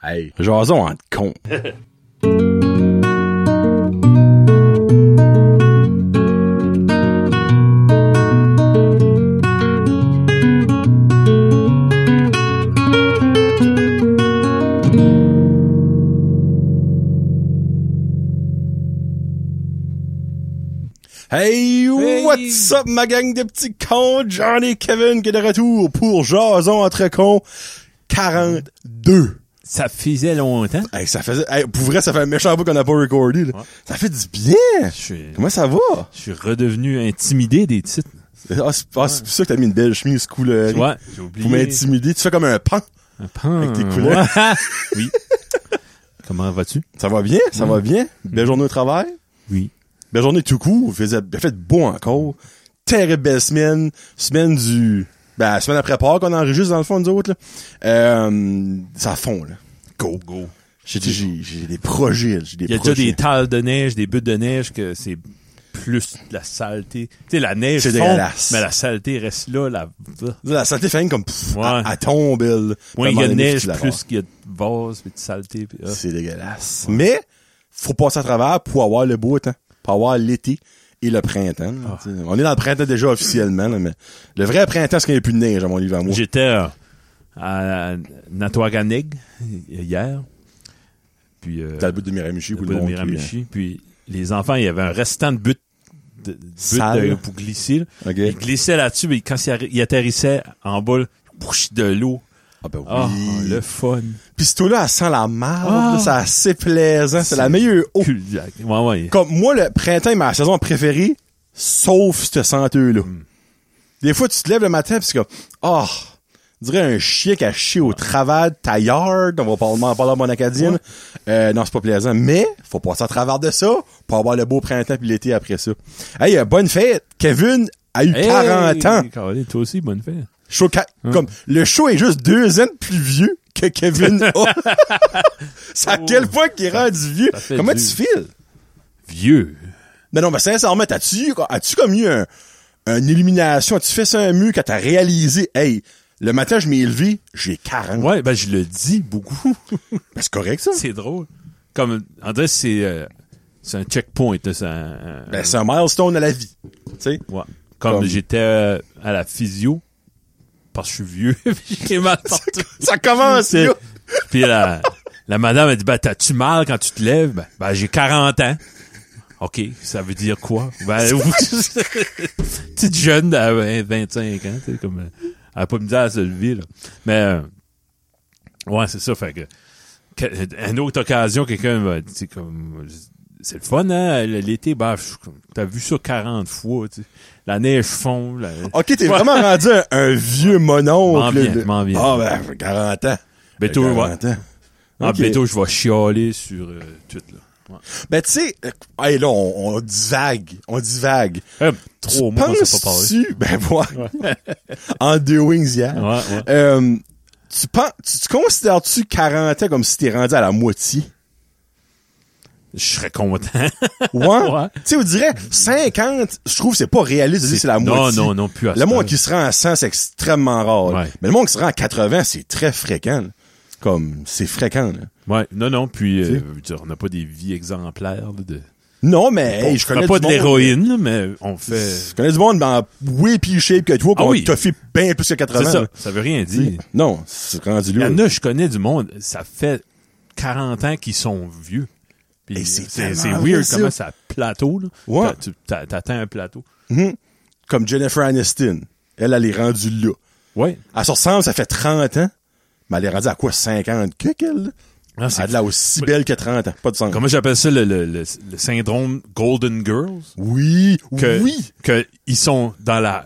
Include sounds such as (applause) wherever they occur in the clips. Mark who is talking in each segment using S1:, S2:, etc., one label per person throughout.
S1: Hey, jason en (laughs) con. Hey, what's up ma gang de petits cons? John et Kevin qui est de retour pour Jason entre cons 42.
S2: Ça faisait longtemps.
S1: Hey, ça faisait, hey, pour vrai, ça fait un méchant bout qu'on n'a pas recordé, là.
S2: Ouais.
S1: Ça fait du bien!
S2: Je suis,
S1: Comment ça va?
S2: je suis redevenu intimidé des titres.
S1: Ah, c'est ah, c'est pour ça que t'as mis une belle chemise cool. euh,
S2: Ouais, j'ai oublié.
S1: Pour m'intimider, tu fais comme un pan.
S2: Un pan.
S1: Avec tes
S2: (laughs)
S1: couleurs.
S2: Ouais. oui. Comment vas-tu?
S1: Ça va bien, ça
S2: Mm.
S1: va bien. Belle journée au travail.
S2: Oui.
S1: Belle journée tout court. Il faisait, il a fait beau encore. Terrible belle semaine. Semaine du, ben, semaine après Pâques qu'on enregistre dans le fond, nous autres, là. Euh, ça fond, là. Go.
S2: Go.
S1: J'ai, dit, j'ai, j'ai des projets, là, j'ai des
S2: Il y a déjà
S1: projets.
S2: des tales de neige, des buttes de neige que c'est plus de la saleté. Tu sais, la neige
S1: C'est
S2: fond,
S1: dégueulasse.
S2: mais la saleté reste là. La...
S1: La santé fait comme, pff,
S2: Ouais.
S1: à, tombe, elle.
S2: Moins il y
S1: Vraiment,
S2: a de
S1: les mecs,
S2: neige,
S1: tu la vois.
S2: plus qu'il y a de vase, puis de saleté. Puis, ah.
S1: C'est dégueulasse. Mais, faut passer à travers pour avoir le beau temps, pour avoir l'été et le printemps.
S2: Ah.
S1: là, tu sais. On est dans le printemps déjà officiellement, là, mais le vrai printemps, c'est qu'il n'y a plus de neige à mon livre à moi.
S2: J'étais euh, à Natwaganeg hier. Puis, euh,
S1: Dans le bout de Miramichi, pour
S2: le
S1: le
S2: bout
S1: monde
S2: de
S1: qui,
S2: Miramichi. Puis les enfants, il y avait un restant de but de, de-
S1: Sale.
S2: de- pour glisser. là.
S1: Ok.
S2: Ils glissaient là-dessus, mais quand ils arri- ils atterrissaient en bas, là, pouch, de l'eau.
S1: Ah ben oui.
S2: Ah, le fun.
S1: Puis ce là elle sent la marde,
S2: Ah.
S1: ça c'est plaisant, c'est la
S2: C'est
S1: meilleure eau.
S2: Cul- Oh! Ouais, ouais.
S1: Comme moi, le printemps est ma saison préférée, sauf cette senteur-là.
S2: Hmm.
S1: Des fois, tu te lèves le matin pis c'est comme, ah, on dirait un chien qui a chié au travers de ta yard, on va probablement parler en bonne acadienne. Euh, non, c'est pas plaisant, mais faut passer à travers de ça pour avoir le beau printemps puis l'été après ça. Hey, euh, bonne fête! Kevin a eu 40 ans!
S2: Caroline, toi aussi, bonne fête.
S1: Show ca-
S2: Hein?
S1: Comme, le show est juste deux ans de plus vieux que
S2: (laughs)
S1: Kevin a. (laughs) c'est à quel point qu'il est rendu vieux.
S2: ça fait
S1: Comment
S2: dur.
S1: tu files?
S2: Vieux.
S1: Non, non, mais sincèrement, t'as-tu, as-tu comme eu un, une illumination? As-tu fait ça un mur quand t'as réalisé, hey, le matin, je m'ai élevé, j'ai 40.
S2: Ouais, ben je le dis beaucoup. (laughs)
S1: Ben, c'est correct, ça?
S2: c'est drôle. Comme, en vrai, c'est euh, c'est un checkpoint. là, C'est un, un-
S1: Ben, c'est un milestone à la vie. Tu sais?
S2: Ouais. Comme,
S1: Comme-
S2: j'étais euh, à la physio, parce que je suis vieux, (laughs) puis j'ai mal partout.
S1: Ça commence,
S2: Ah, C'est-
S1: là.
S2: (laughs) Puis la, la madame a dit, ben, t'as-tu mal quand tu te lèves? Ben, ben, j'ai 40 ans. OK, ça veut dire quoi?
S1: (laughs)
S2: Ben, petite jeune de 20, 25 ans, tu sais, comme, euh, elle a pas me dire à se lever, là. Mais, euh, ouais, c'est ça, fait que, que- une autre occasion, quelqu'un m'a dit, c'est comme, c'est le fun, hein, l'été, ben, je- t'as vu ça 40 fois, tu sais. La neige fond, la-
S1: Ok, t'es vraiment rendu un, un vieux mononcle.
S2: M'en viens,
S1: là.
S2: m'en viens.
S1: Ah, ben, 40 ans.
S2: Bientôt, ouais.
S1: 40 ans.
S2: Ah,
S1: Ok.
S2: bientôt, je vais chialer sur euh, tout, là. Ouais.
S1: Ben, tu sais, euh, hey, là, on, on divague. On divague.
S2: Euh, trop,
S1: Tu
S2: moi, on s'est pas parlé.
S1: penses-tu- Ben, moi, (laughs) en deux wings hier.
S2: Ouais, ouais.
S1: Euh, tu, penses, tu, tu considères-tu 40 ans comme si t'es rendu à la moitié?
S2: Je serais content.
S1: Ouais.
S2: Ouais.
S1: Tu sais, on dirait 50, je trouve que c'est pas réaliste de dire que c'est (laughs) la
S2: non,
S1: moitié.
S2: non, non, plus à
S1: Le
S2: ce
S1: monde
S2: stade.
S1: qui se rend à 100, c'est extrêmement rare.
S2: Ouais.
S1: Mais le monde qui se rend à 80, c'est très fréquent. là. Comme, c'est fréquent. là.
S2: Ouais, non, non, puis, euh, je veux dire, on n'a pas des vies exemplaires. là, de...
S1: Non, mais hey,
S2: On
S1: je
S2: fait
S1: connais
S2: pas
S1: du
S2: de
S1: monde-
S2: l'héroïne, là, mais on
S1: Je
S2: fait.
S1: connais du monde dans way pis shape que toi,
S2: Ah
S1: qu'on
S2: oui.
S1: t'a fait bien plus que
S2: C'est
S1: 80.
S2: ça,
S1: là.
S2: ça veut rien dire.
S1: Non, c'est rendu
S2: Il y
S1: là.
S2: en a, je connais du monde, ça fait 40 ans qu'ils sont vieux. Puis
S1: Et c'est
S2: c'est
S1: tellement
S2: c'est
S1: vrai,
S2: weird
S1: ça.
S2: comment ça plateau, là.
S1: Ouais.
S2: T'as- tu- t'a- T'attends un plateau.
S1: Mhm. Comme Jennifer Aniston. Elle, elle est rendue là.
S2: Ouais.
S1: Elle se ressemble, ça fait 30 ans. Mais elle est rendue à quoi, 50 que qu'elle?
S2: Non, Ah, c'est-
S1: Elle est là aussi belle que 30 ans. Pas de sens.
S2: Comment j'appelle ça le- le- le- le syndrome Golden Girls?
S1: Oui,
S2: que,
S1: oui.
S2: que ils sont dans la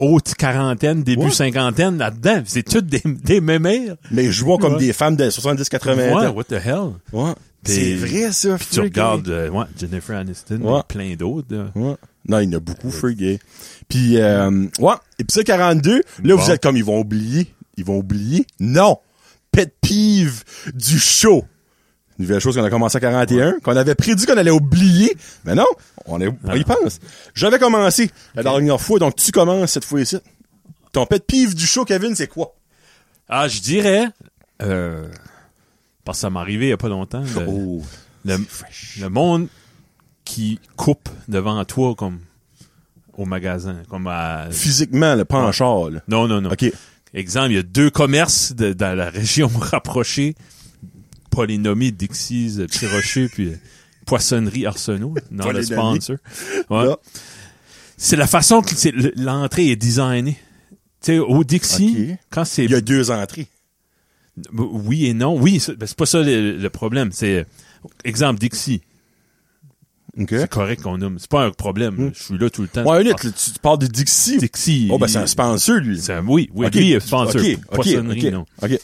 S2: haute quarantaine, début
S1: Ouais.
S2: cinquantaine là-dedans. C'est toutes des, des mémères.
S1: Mais jouons comme
S2: Ouais.
S1: des femmes de 70-80
S2: Ouais,
S1: ans.
S2: what the hell?
S1: Ouais. C'est
S2: Puis-
S1: vrai, ça.
S2: Puis tu regardes euh, ouais, Jennifer Aniston
S1: Ouais.
S2: et plein d'autres. là.
S1: Ouais. Non, il y en a
S2: Euh,
S1: beaucoup, free gay. Puis, euh, ouais. Épisode 42. Là,
S2: Bon.
S1: vous êtes comme, ils vont oublier. Ils vont oublier. Non. Pet pive du show. Nouvelle chose qu'on a commencé à 41, qu'on avait prédit qu'on allait oublier. Mais non, on, est, on
S2: Ah.
S1: y pense. J'avais commencé la dernière fois, donc tu commences cette fois-ci. Ton pet pive du show, Kevin, c'est quoi?
S2: Ah, je dirais euh, Parce que ça m'est arrivé il y a pas longtemps. Le,
S1: Oh.
S2: le, le monde qui coupe devant toi comme au magasin, comme à...
S1: Physiquement, le pas en char, là.
S2: Non, non, non.
S1: OK.
S2: Exemple, il y a deux commerces de- dans la région (laughs) rapprochée. Pas les nommer, Dixie's, euh, Petit Rocher, puis euh, Poissonnerie Arsenault. Non,
S1: Pas
S2: le
S1: les nommer.
S2: sponsor. Ouais.
S1: Là.
S2: C'est la façon que c'est- le- l'entrée est designée. Tu sais, au Dixie,
S1: Ok.
S2: quand c'est...
S1: Il y a deux entrées.
S2: Oui et non. Oui, c'est ben, c'est pas ça le, le problème. C'est... euh, Exemple, Dixie.
S1: OK. Hmm.
S2: C'est correct qu'on nomme. C'est pas un problème. Je suis là tout le temps.
S1: Ouais, une
S2: Ah,
S1: minute, là, tu, tu parles de Dixie.
S2: Dixie.
S1: Oh, ben,
S2: il-
S1: c'est un sponsor, lui.
S2: c'est un- oui, oui,
S1: OK.
S2: lui, il est sponsor.
S1: OK, OK,
S2: Poissonnerie,
S1: OK,
S2: non.
S1: OK.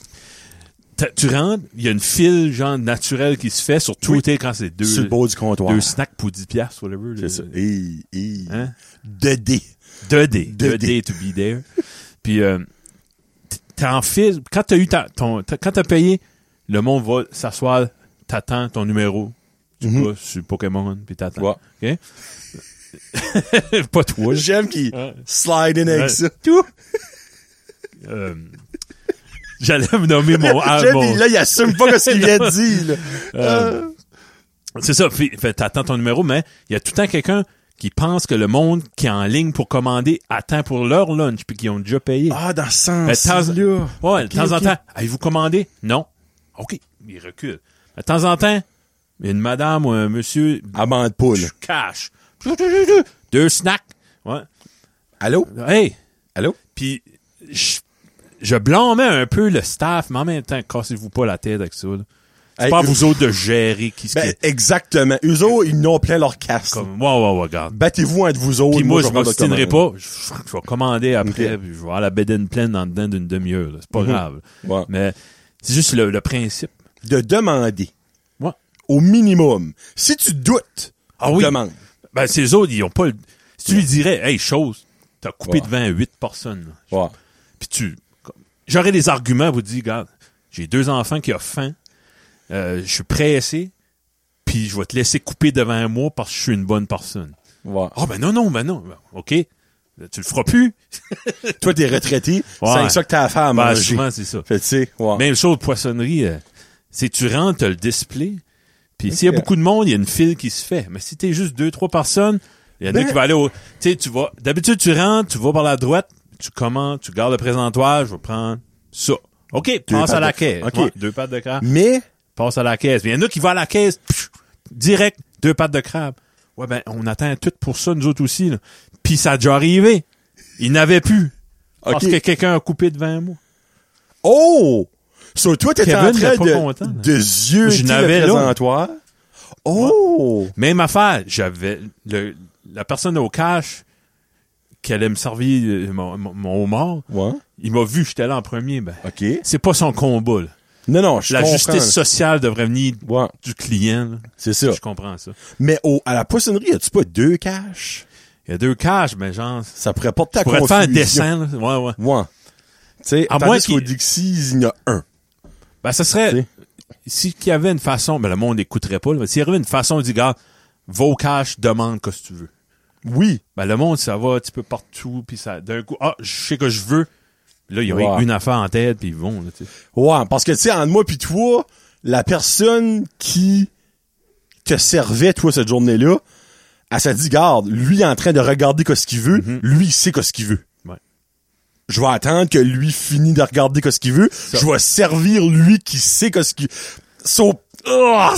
S2: T'as- tu rentres, il y a une file genre naturelle qui se fait, surtout
S1: Oui.
S2: tu sais, quand c'est deux,
S1: Sur le bord du comptoir.
S2: deux snacks pour 10 piastres, whatever.
S1: C'est
S2: là.
S1: ça. Hey, hey.
S2: Hein?
S1: De dés.
S2: Deux dés.
S1: Deux
S2: Deux dés to be there. Puis, euh, t- t'es en file. Quand t'as eu ta, ton, t'as- quand t'as payé, le monde va s'asseoir, t'attends ton numéro. Tu
S1: Mhm.
S2: vas sur Pokémon, puis t'attends.
S1: Ouais.
S2: OK? (laughs) Pas
S1: (laughs)
S2: toi.
S1: J'aime qu'il
S2: Ouais.
S1: slide in avec
S2: Ouais.
S1: ça.
S2: Euh, J'allais me nommer
S1: (laughs)
S2: mon... ah,
S1: (laughs) J'aime,
S2: mon-
S1: il- là, il assume pas ce qu'il vient de dire,
S2: (laughs)
S1: là.
S2: Euh, C'est ça. Fait, fait, t'attends ton numéro, mais il y a tout le temps quelqu'un qui pense que le monde qui est en ligne pour commander attend pour leur lunch puis qu'ils ont déjà payé.
S1: Ah, dans ce
S2: Fait, de
S1: sens-là.
S2: temps- ouais, de
S1: Ok, ok.
S2: temps en temps, avez-vous commandé? Non. OK. Il recule. De temps en temps, il y a une madame ou un monsieur,
S1: Amande poule.
S2: je cache. Deux snacks. Ouais.
S1: Allô?
S2: Hey!
S1: Allô?
S2: Puis, je, je blâmais un peu le staff, mais en même temps, cassez-vous pas la tête avec ça. là. C'est
S1: Hey,
S2: pas à
S1: euh,
S2: vous autres de gérer qui se
S1: Ben, exactement. Eux autres, ils n'ont plein leur casse.
S2: comme, ouais, ouais, ouais, regarde.
S1: Battez-vous entre vous autres.
S2: Puis moi, je
S1: vais faire
S2: m'obstinerai
S1: votre
S2: pas. Je, je vais commander après,
S1: Ok.
S2: puis je vais avoir la bedaine pleine en dedans d'une demi-heure. là. C'est pas
S1: Mhm.
S2: grave.
S1: commande. Ouais.
S2: Mais c'est juste le, le principe.
S1: De demander.
S2: Ouais.
S1: Au minimum. Si tu doutes,
S2: Ah oui.
S1: demande.
S2: Ben, ces autres, ils ont pas le... Si tu lui dirais, hey, chose, t'as coupé
S1: Ouais.
S2: devant huit personnes, là.
S1: Ouais.
S2: puis tu... comme- J'aurais des arguments à vous dire, regarde, j'ai deux enfants qui ont faim, euh, je suis pressé, puis je vais te laisser couper devant moi parce que je suis une bonne personne.
S1: Ouais.
S2: Ah ben non, non, ben non. Ben, OK, tu le feras plus.
S1: Toi, t'es retraité.
S2: Ouais.
S1: C'est avec ça que t'as à faire à
S2: Ben,
S1: manger.
S2: souvent, c'est ça.
S1: Fait, que, tu sais, ouais.
S2: Même chose, poissonnerie. euh, c'est tu rentres, t'as le display. Puis s'il y a
S1: Ok.
S2: beaucoup de monde, il y a une file qui se fait. Mais si t'es juste deux, trois personnes, il y en a
S1: Ben-
S2: qui va aller au. Tu sais, tu vas. D'habitude, tu rentres, tu vas par la droite, tu commandes, tu gardes le présentoir, je vais prendre ça. OK, passe
S1: pattes
S2: à la
S1: de-
S2: caisse.
S1: OK.
S2: Ouais, deux pattes de crabe,
S1: Mais,
S2: passe à la caisse. Mais Il y en a qui vont à la caisse, pfiou, direct, deux pattes de crabe. Ouais, ben, on attend tout pour ça, nous autres aussi. là. Puis ça a déjà arrivé. Il n'avait plus. Parce
S1: OK.
S2: que quelqu'un a coupé devant moi.
S1: oh! Sur toi, t'étais
S2: Kevin
S1: en train
S2: n'est pas
S1: de,
S2: content, là.
S1: de zioter
S2: Je n'avais
S1: le
S2: là.
S1: présentoir. Oh!
S2: Même affaire, j'avais le, la personne au cash qui allait me servir euh, mon, mon, mon homard,
S1: Ouais.
S2: il m'a vu, j'étais là en premier. Ben,
S1: OK.
S2: c'est pas son combat. là.
S1: Non, non, je
S2: La
S1: comprends.
S2: justice sociale devrait venir
S1: Ouais,
S2: du client. là.
S1: c'est ça.
S2: Je comprends ça.
S1: Mais au, à la poissonnerie, as-tu pas deux caches?
S2: Il y a deux caches, mais genre,
S1: Ça pourrait porter à
S2: pour te
S1: confusion.
S2: faire un dessin, là, ouais, ouais.
S1: Ouais. Tu sais,
S2: À
S1: tandis
S2: moins
S1: qu'au
S2: qu'il-
S1: Dixie, il y en a un.
S2: Ben, ça serait,
S1: Si.
S2: si qu'il y avait une façon, ben, le monde n'écouterait pas, là, mais s'il y avait une façon de dire, gars, va au cash, demande que ce que tu veux.
S1: Oui.
S2: Ben, le monde, ça va un petit peu partout, puis ça, d'un coup, ah, je sais que je veux. Là, ils ont
S1: Ouais.
S2: une affaire en tête, puis ils vont, là, tu sais.
S1: Ouais, parce que, tu sais, entre moi puis toi, la personne qui te servait, toi, cette journée-là, elle s'est dit, garde, lui il est en train de regarder ce qu'il veut, lui, il sait ce qu'il veut.
S2: Ouais.
S1: Je vais attendre que lui finisse de regarder ce qu'il veut. Je vais servir lui qui sait ce qu'il... So... Ah!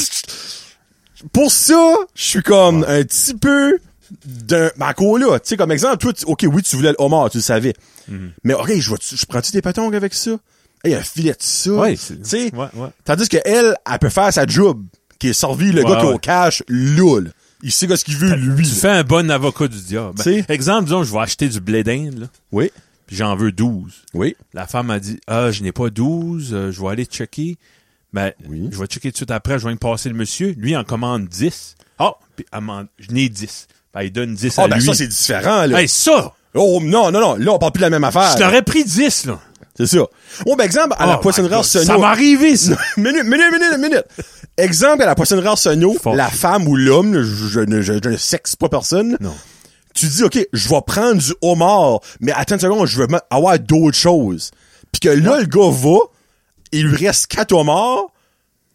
S1: Pour ça, je suis comme un petit peu d'un... Ben, encore là, tu sais, comme exemple, toi, tu- OK, oui, tu voulais le homard, tu le savais.
S2: Mhm.
S1: Mais OK, je, vois- je prends-tu des patongues avec ça? Il y a un filet de ça.
S2: Ouais,
S1: tu
S2: c'est-
S1: sais.
S2: ouais, ouais.
S1: Tandis que elle, elle peut faire sa job, qui est servie, le
S2: Ouais,
S1: gars qui est
S2: ouais.
S1: au cash, loul. Il sait ce qu'il veut, lui.
S2: Tu fais un bon avocat du diable. Ben,
S1: Tu sais.
S2: exemple, disons, je vais acheter du blé d'Inde, là,
S1: Oui,
S2: puis j'en veux 12.
S1: oui.
S2: La femme a dit, ah, je n'ai pas 12, euh, je vais aller checker. Ben,
S1: Oui.
S2: je vais checker tout de suite après, je vais me passer le monsieur. Lui, il en commande 10. Ah, puis elle m'en- je n'ai 10. Ben, il donne 10
S1: Ah,
S2: à
S1: ben
S2: lui.
S1: ça, c'est différent, là.
S2: Hey, ça!
S1: Oh, non, non, non. Là, on parle plus de la même affaire.
S2: Je t'aurais pris 10, là.
S1: C'est ça. Bon, ben, exemple, Ah, ben. à
S2: Oh
S1: la
S2: my
S1: poissonnerie
S2: God,
S1: Arsenault.
S2: Ça m'est arrivé, ça.
S1: (laughs) minute, minute, minute, minute. Exemple, à la poissonnerie Arsenault,
S2: Fort.
S1: la femme ou l'homme, là, je, je ne- je- je ne sexe pas personne.
S2: Non.
S1: Tu dis, OK, je vais prendre du homard, mais attends une seconde, je veux ma- avoir d'autres choses. Puis que là, le gars va, il lui reste quatre homards,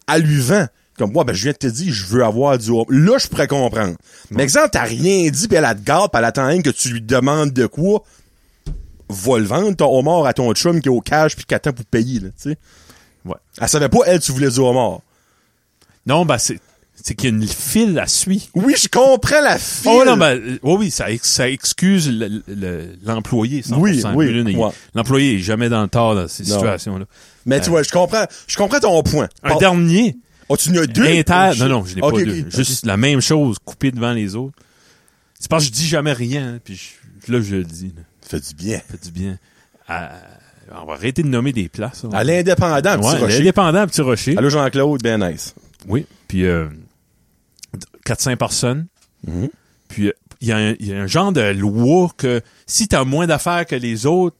S1: à lui vend. Comme, moi, ben, je viens de te dire, je veux avoir du hop. Là, je pourrais comprendre. Mais exemple, t'as rien dit, puis elle a te garde, puis elle attend même que tu lui demandes de quoi. Va le vendre, ton homard à ton chum qui est au cash, puis qui attend pour payer, là, tu sais.
S2: Ouais.
S1: Elle savait pas, elle, tu voulais du homard.
S2: Non, ben, c'est, c'est qu'il y a une file à suivre.
S1: Oui, je comprends la fille.
S2: Oh, non, ben, euh, oui, oui, ça, ex- ça excuse le- le- l'employé. 100%.
S1: Oui, oui,
S2: L'une, il-
S1: ouais.
S2: L'employé est jamais dans le tort dans ces
S1: Non.
S2: situations-là.
S1: Mais tu vois, je comprends, je comprends ton point.
S2: Un
S1: Par-
S2: dernier.
S1: Oh, tu n'as deux?
S2: Inter-
S1: Oh, shit.
S2: non, non, je n'ai
S1: Ok,
S2: pas
S1: ok,
S2: deux.
S1: ok.
S2: Juste la même chose, coupée devant les autres. C'est parce que je dis jamais rien, hein, puis je- là, je le dis. là.
S1: Fait du bien.
S2: Faites du bien. À- on va arrêter de nommer des places. hein.
S1: À l'indépendant,
S2: Ouais,
S1: petit rocher.
S2: l'indépendant, à Petit Rocher.
S1: Allô, Jean-Claude, ben nice.
S2: Oui, puis euh, 400 personnes.
S1: Mhm.
S2: Puis euh, il y, a un- il y a un genre de loi que si t'as moins d'affaires que les autres,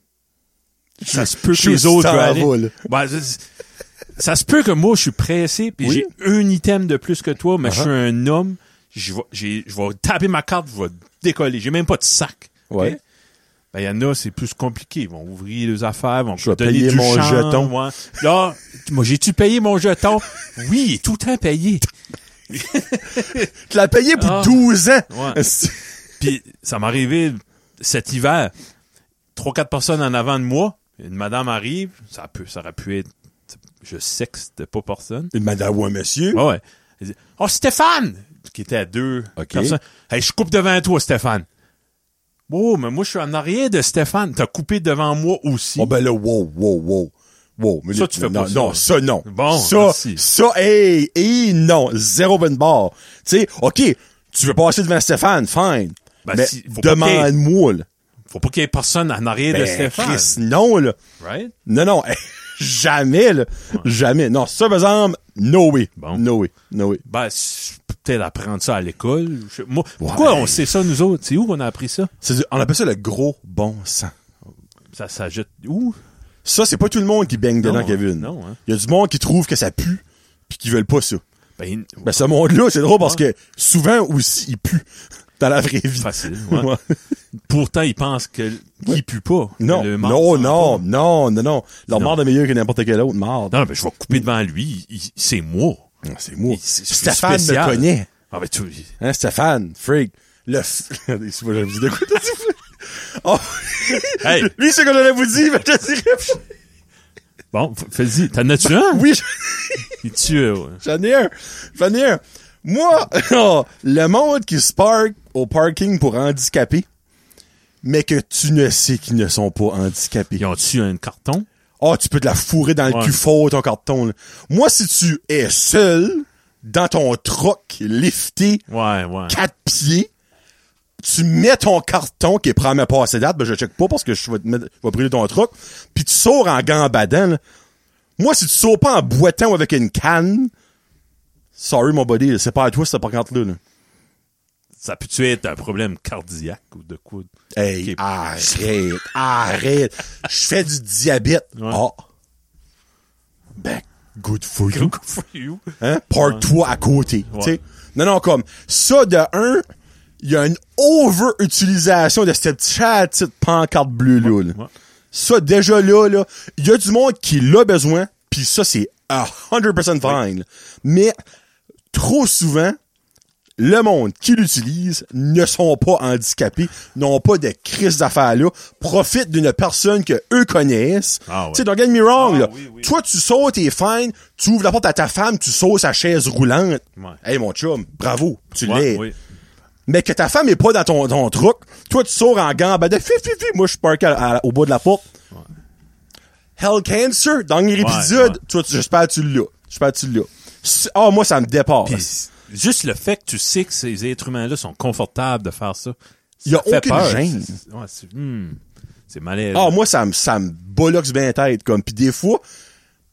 S2: ça se peut que
S1: je
S2: les
S1: suis
S2: autres
S1: sans
S2: veulent aller.
S1: voile.
S2: Ben, c'est- ça se peut que moi, je suis pressé, puis
S1: Oui.
S2: j'ai un item de plus que toi, mais je
S1: Uh-huh.
S2: suis un homme, je vais, j'ai- je vais taper ma carte, je vais décoller. J'ai même pas de sac. OK?
S1: Ouais.
S2: Ben, il y en a, c'est plus compliqué. Ils vont ouvrir les affaires, ils vont
S1: Je vais
S2: donner
S1: payer
S2: du
S1: mon
S2: champ,
S1: jeton.
S2: ouais. Là, moi, j'ai-tu payé mon jeton? Oui, il est tout le temps payé.
S1: Tu l'as payé pour
S2: Ah.
S1: 12 ans. (laughs)
S2: Ouais. Puis ça m'est arrivé cet hiver, trois quatre personnes en avant de moi, une madame arrive, ça peut ça aurait pu être je sais que c'était pas personne.
S1: Une madame ou un monsieur.
S2: Ouais ouais. Elle dit, "Oh Stéphane" qui était à deux
S1: Ok.
S2: personnes. "Hey, je coupe devant toi Stéphane." Oh, mais moi je suis en arrière de Stéphane, t'as coupé devant moi aussi.
S1: Oh, ben là, wow, wow, wow. Wow. mais
S2: Ça,
S1: là,
S2: tu fais
S1: non,
S2: pas ça.
S1: Non, ça, non.
S2: Bon,
S1: ça,
S2: merci.
S1: ça, hey, hey, non. Zéro bonne barre. Tu sais, OK, tu veux passer devant Stéphane, fine.
S2: Ben,
S1: mais
S2: si- faut pas
S1: demande-moi, là.
S2: Faut pas qu'il y ait personne en arrière de
S1: Ben,
S2: Stéphane,
S1: Chris, non, là.
S2: right?
S1: Non, non, (laughs) jamais, là. Jamais. Non, ça, par exemple, no way.
S2: Bon.
S1: No way. No way.
S2: Ben c'est- peut-être apprendre ça à l'école. Je- Moi, pourquoi on sait ça nous autres C'est où qu'on a appris ça
S1: C'est du- on appelle ça le gros bon sang.
S2: Ça s'ajoute où
S1: Ça, c'est pas tout le monde qui baigne dedans,
S2: Non,
S1: Kevin.
S2: non, hein.
S1: Il y a du monde qui trouve que ça pue, puis qui veulent pas ça.
S2: Ben,
S1: Ben, ce monde-là, c'est drôle parce que souvent aussi, il pue (laughs) dans la vraie vie. (laughs)
S2: Facile, ouais.
S1: Ouais.
S2: Pourtant, ils pensent que l- qu'il pue pas.
S1: Non,
S2: Le mort
S1: non,
S2: sent
S1: non, non, non, non. Leur
S2: Non.
S1: mort de meilleur que n'importe quel autre mort.
S2: pas. Non, mais je vais couper devant lui. il- il- C'est moi.
S1: Non, C'est moi.
S2: Il- c'est- c'est
S1: Stéphane me
S2: spécial.
S1: connaît.
S2: Ah, ben, tu,
S1: Hein, Stéphane, freak. Le f... (laughs) C'est pas, j'avais dit de quoi, t'as dit freak? Oh.
S2: Hey.
S1: Lui, c'est ce que j'allais vous dire, mais je dirais...
S2: (laughs) bon, f- fais-y. T'en as-tu
S1: (laughs)
S2: un?
S1: Oui, je-
S2: Il tue, euh, ouais.
S1: J'en ai un. J'en ai un. Moi, (laughs) oh, le monde qui se parque au parking pour handicapés, mais que tu ne sais qu'ils ne sont pas handicapés.
S2: Ils ont tué un carton.
S1: Ah, tu peux te la fourrer dans le
S2: Ouais.
S1: cul fort, ton carton. là. Moi, si tu es seul dans ton troc lifté,
S2: Ouais, ouais.
S1: quatre pieds, tu mets ton carton qui est probablement pas assez date, ben je check pas parce que je vais, te mettre- je vais brûler ton truc, puis tu sors en gambadant. là. Moi, si tu sors pas en boitant ou avec une canne, sorry mon body, là, c'est pas à toi cette parcante-là. Là.
S2: Ça peut tu être un problème cardiaque ou de quoi?
S1: Hey,
S2: Ok.
S1: arrête, arrête. Je fais du diabète.
S2: Ouais.
S1: Ah. Ben, good for
S2: (laughs)
S1: you.
S2: Good for you.
S1: Hein? Parque-toi à côté.
S2: Ouais.
S1: tu sais. Non, non, comme ça, de un, il y a une over-utilisation de cette petite, petite pancarte bleue-là. là.
S2: ouais.
S1: Ça, déjà là, là, il y a du monde qui l'a besoin, puis ça, c'est 100% fine. là. Mais trop souvent, le monde qui l'utilise ne sont pas handicapés, n'ont pas de crise d'affaires là, profitent d'une personne que eux connaissent.
S2: Ah ouais.
S1: Tu sais, don't get me wrong,
S2: Ah
S1: là.
S2: oui, oui.
S1: Toi, tu sautes, t'es fine, tu ouvres la porte à ta femme, tu sautes sa chaise roulante.
S2: Ouais.
S1: Hey, mon chum, bravo, tu
S2: Ouais,
S1: l'es.
S2: oui.
S1: Mais que ta femme est pas dans ton, ton truc, toi, tu sors en gambade, de fi, fi, fi, moi, je suis parké à- à- au bas de la porte. Hell Cancer, dans l'épisode,
S2: ouais.
S1: toi, tu- j'espère que tu l'as. J'espère que tu l'as. C'est- Ah, moi, ça me dépasse.
S2: Puis, juste le fait que tu sais que ces êtres humains-là sont confortables de faire ça.
S1: Il y a
S2: ça fait
S1: aucune
S2: peur.
S1: gêne.
S2: C'est- ouais, c'est, hmm. C'est malaisant.
S1: Ah, moi, ça me, ça me bolloxe bien la tête, comme. Puis des fois,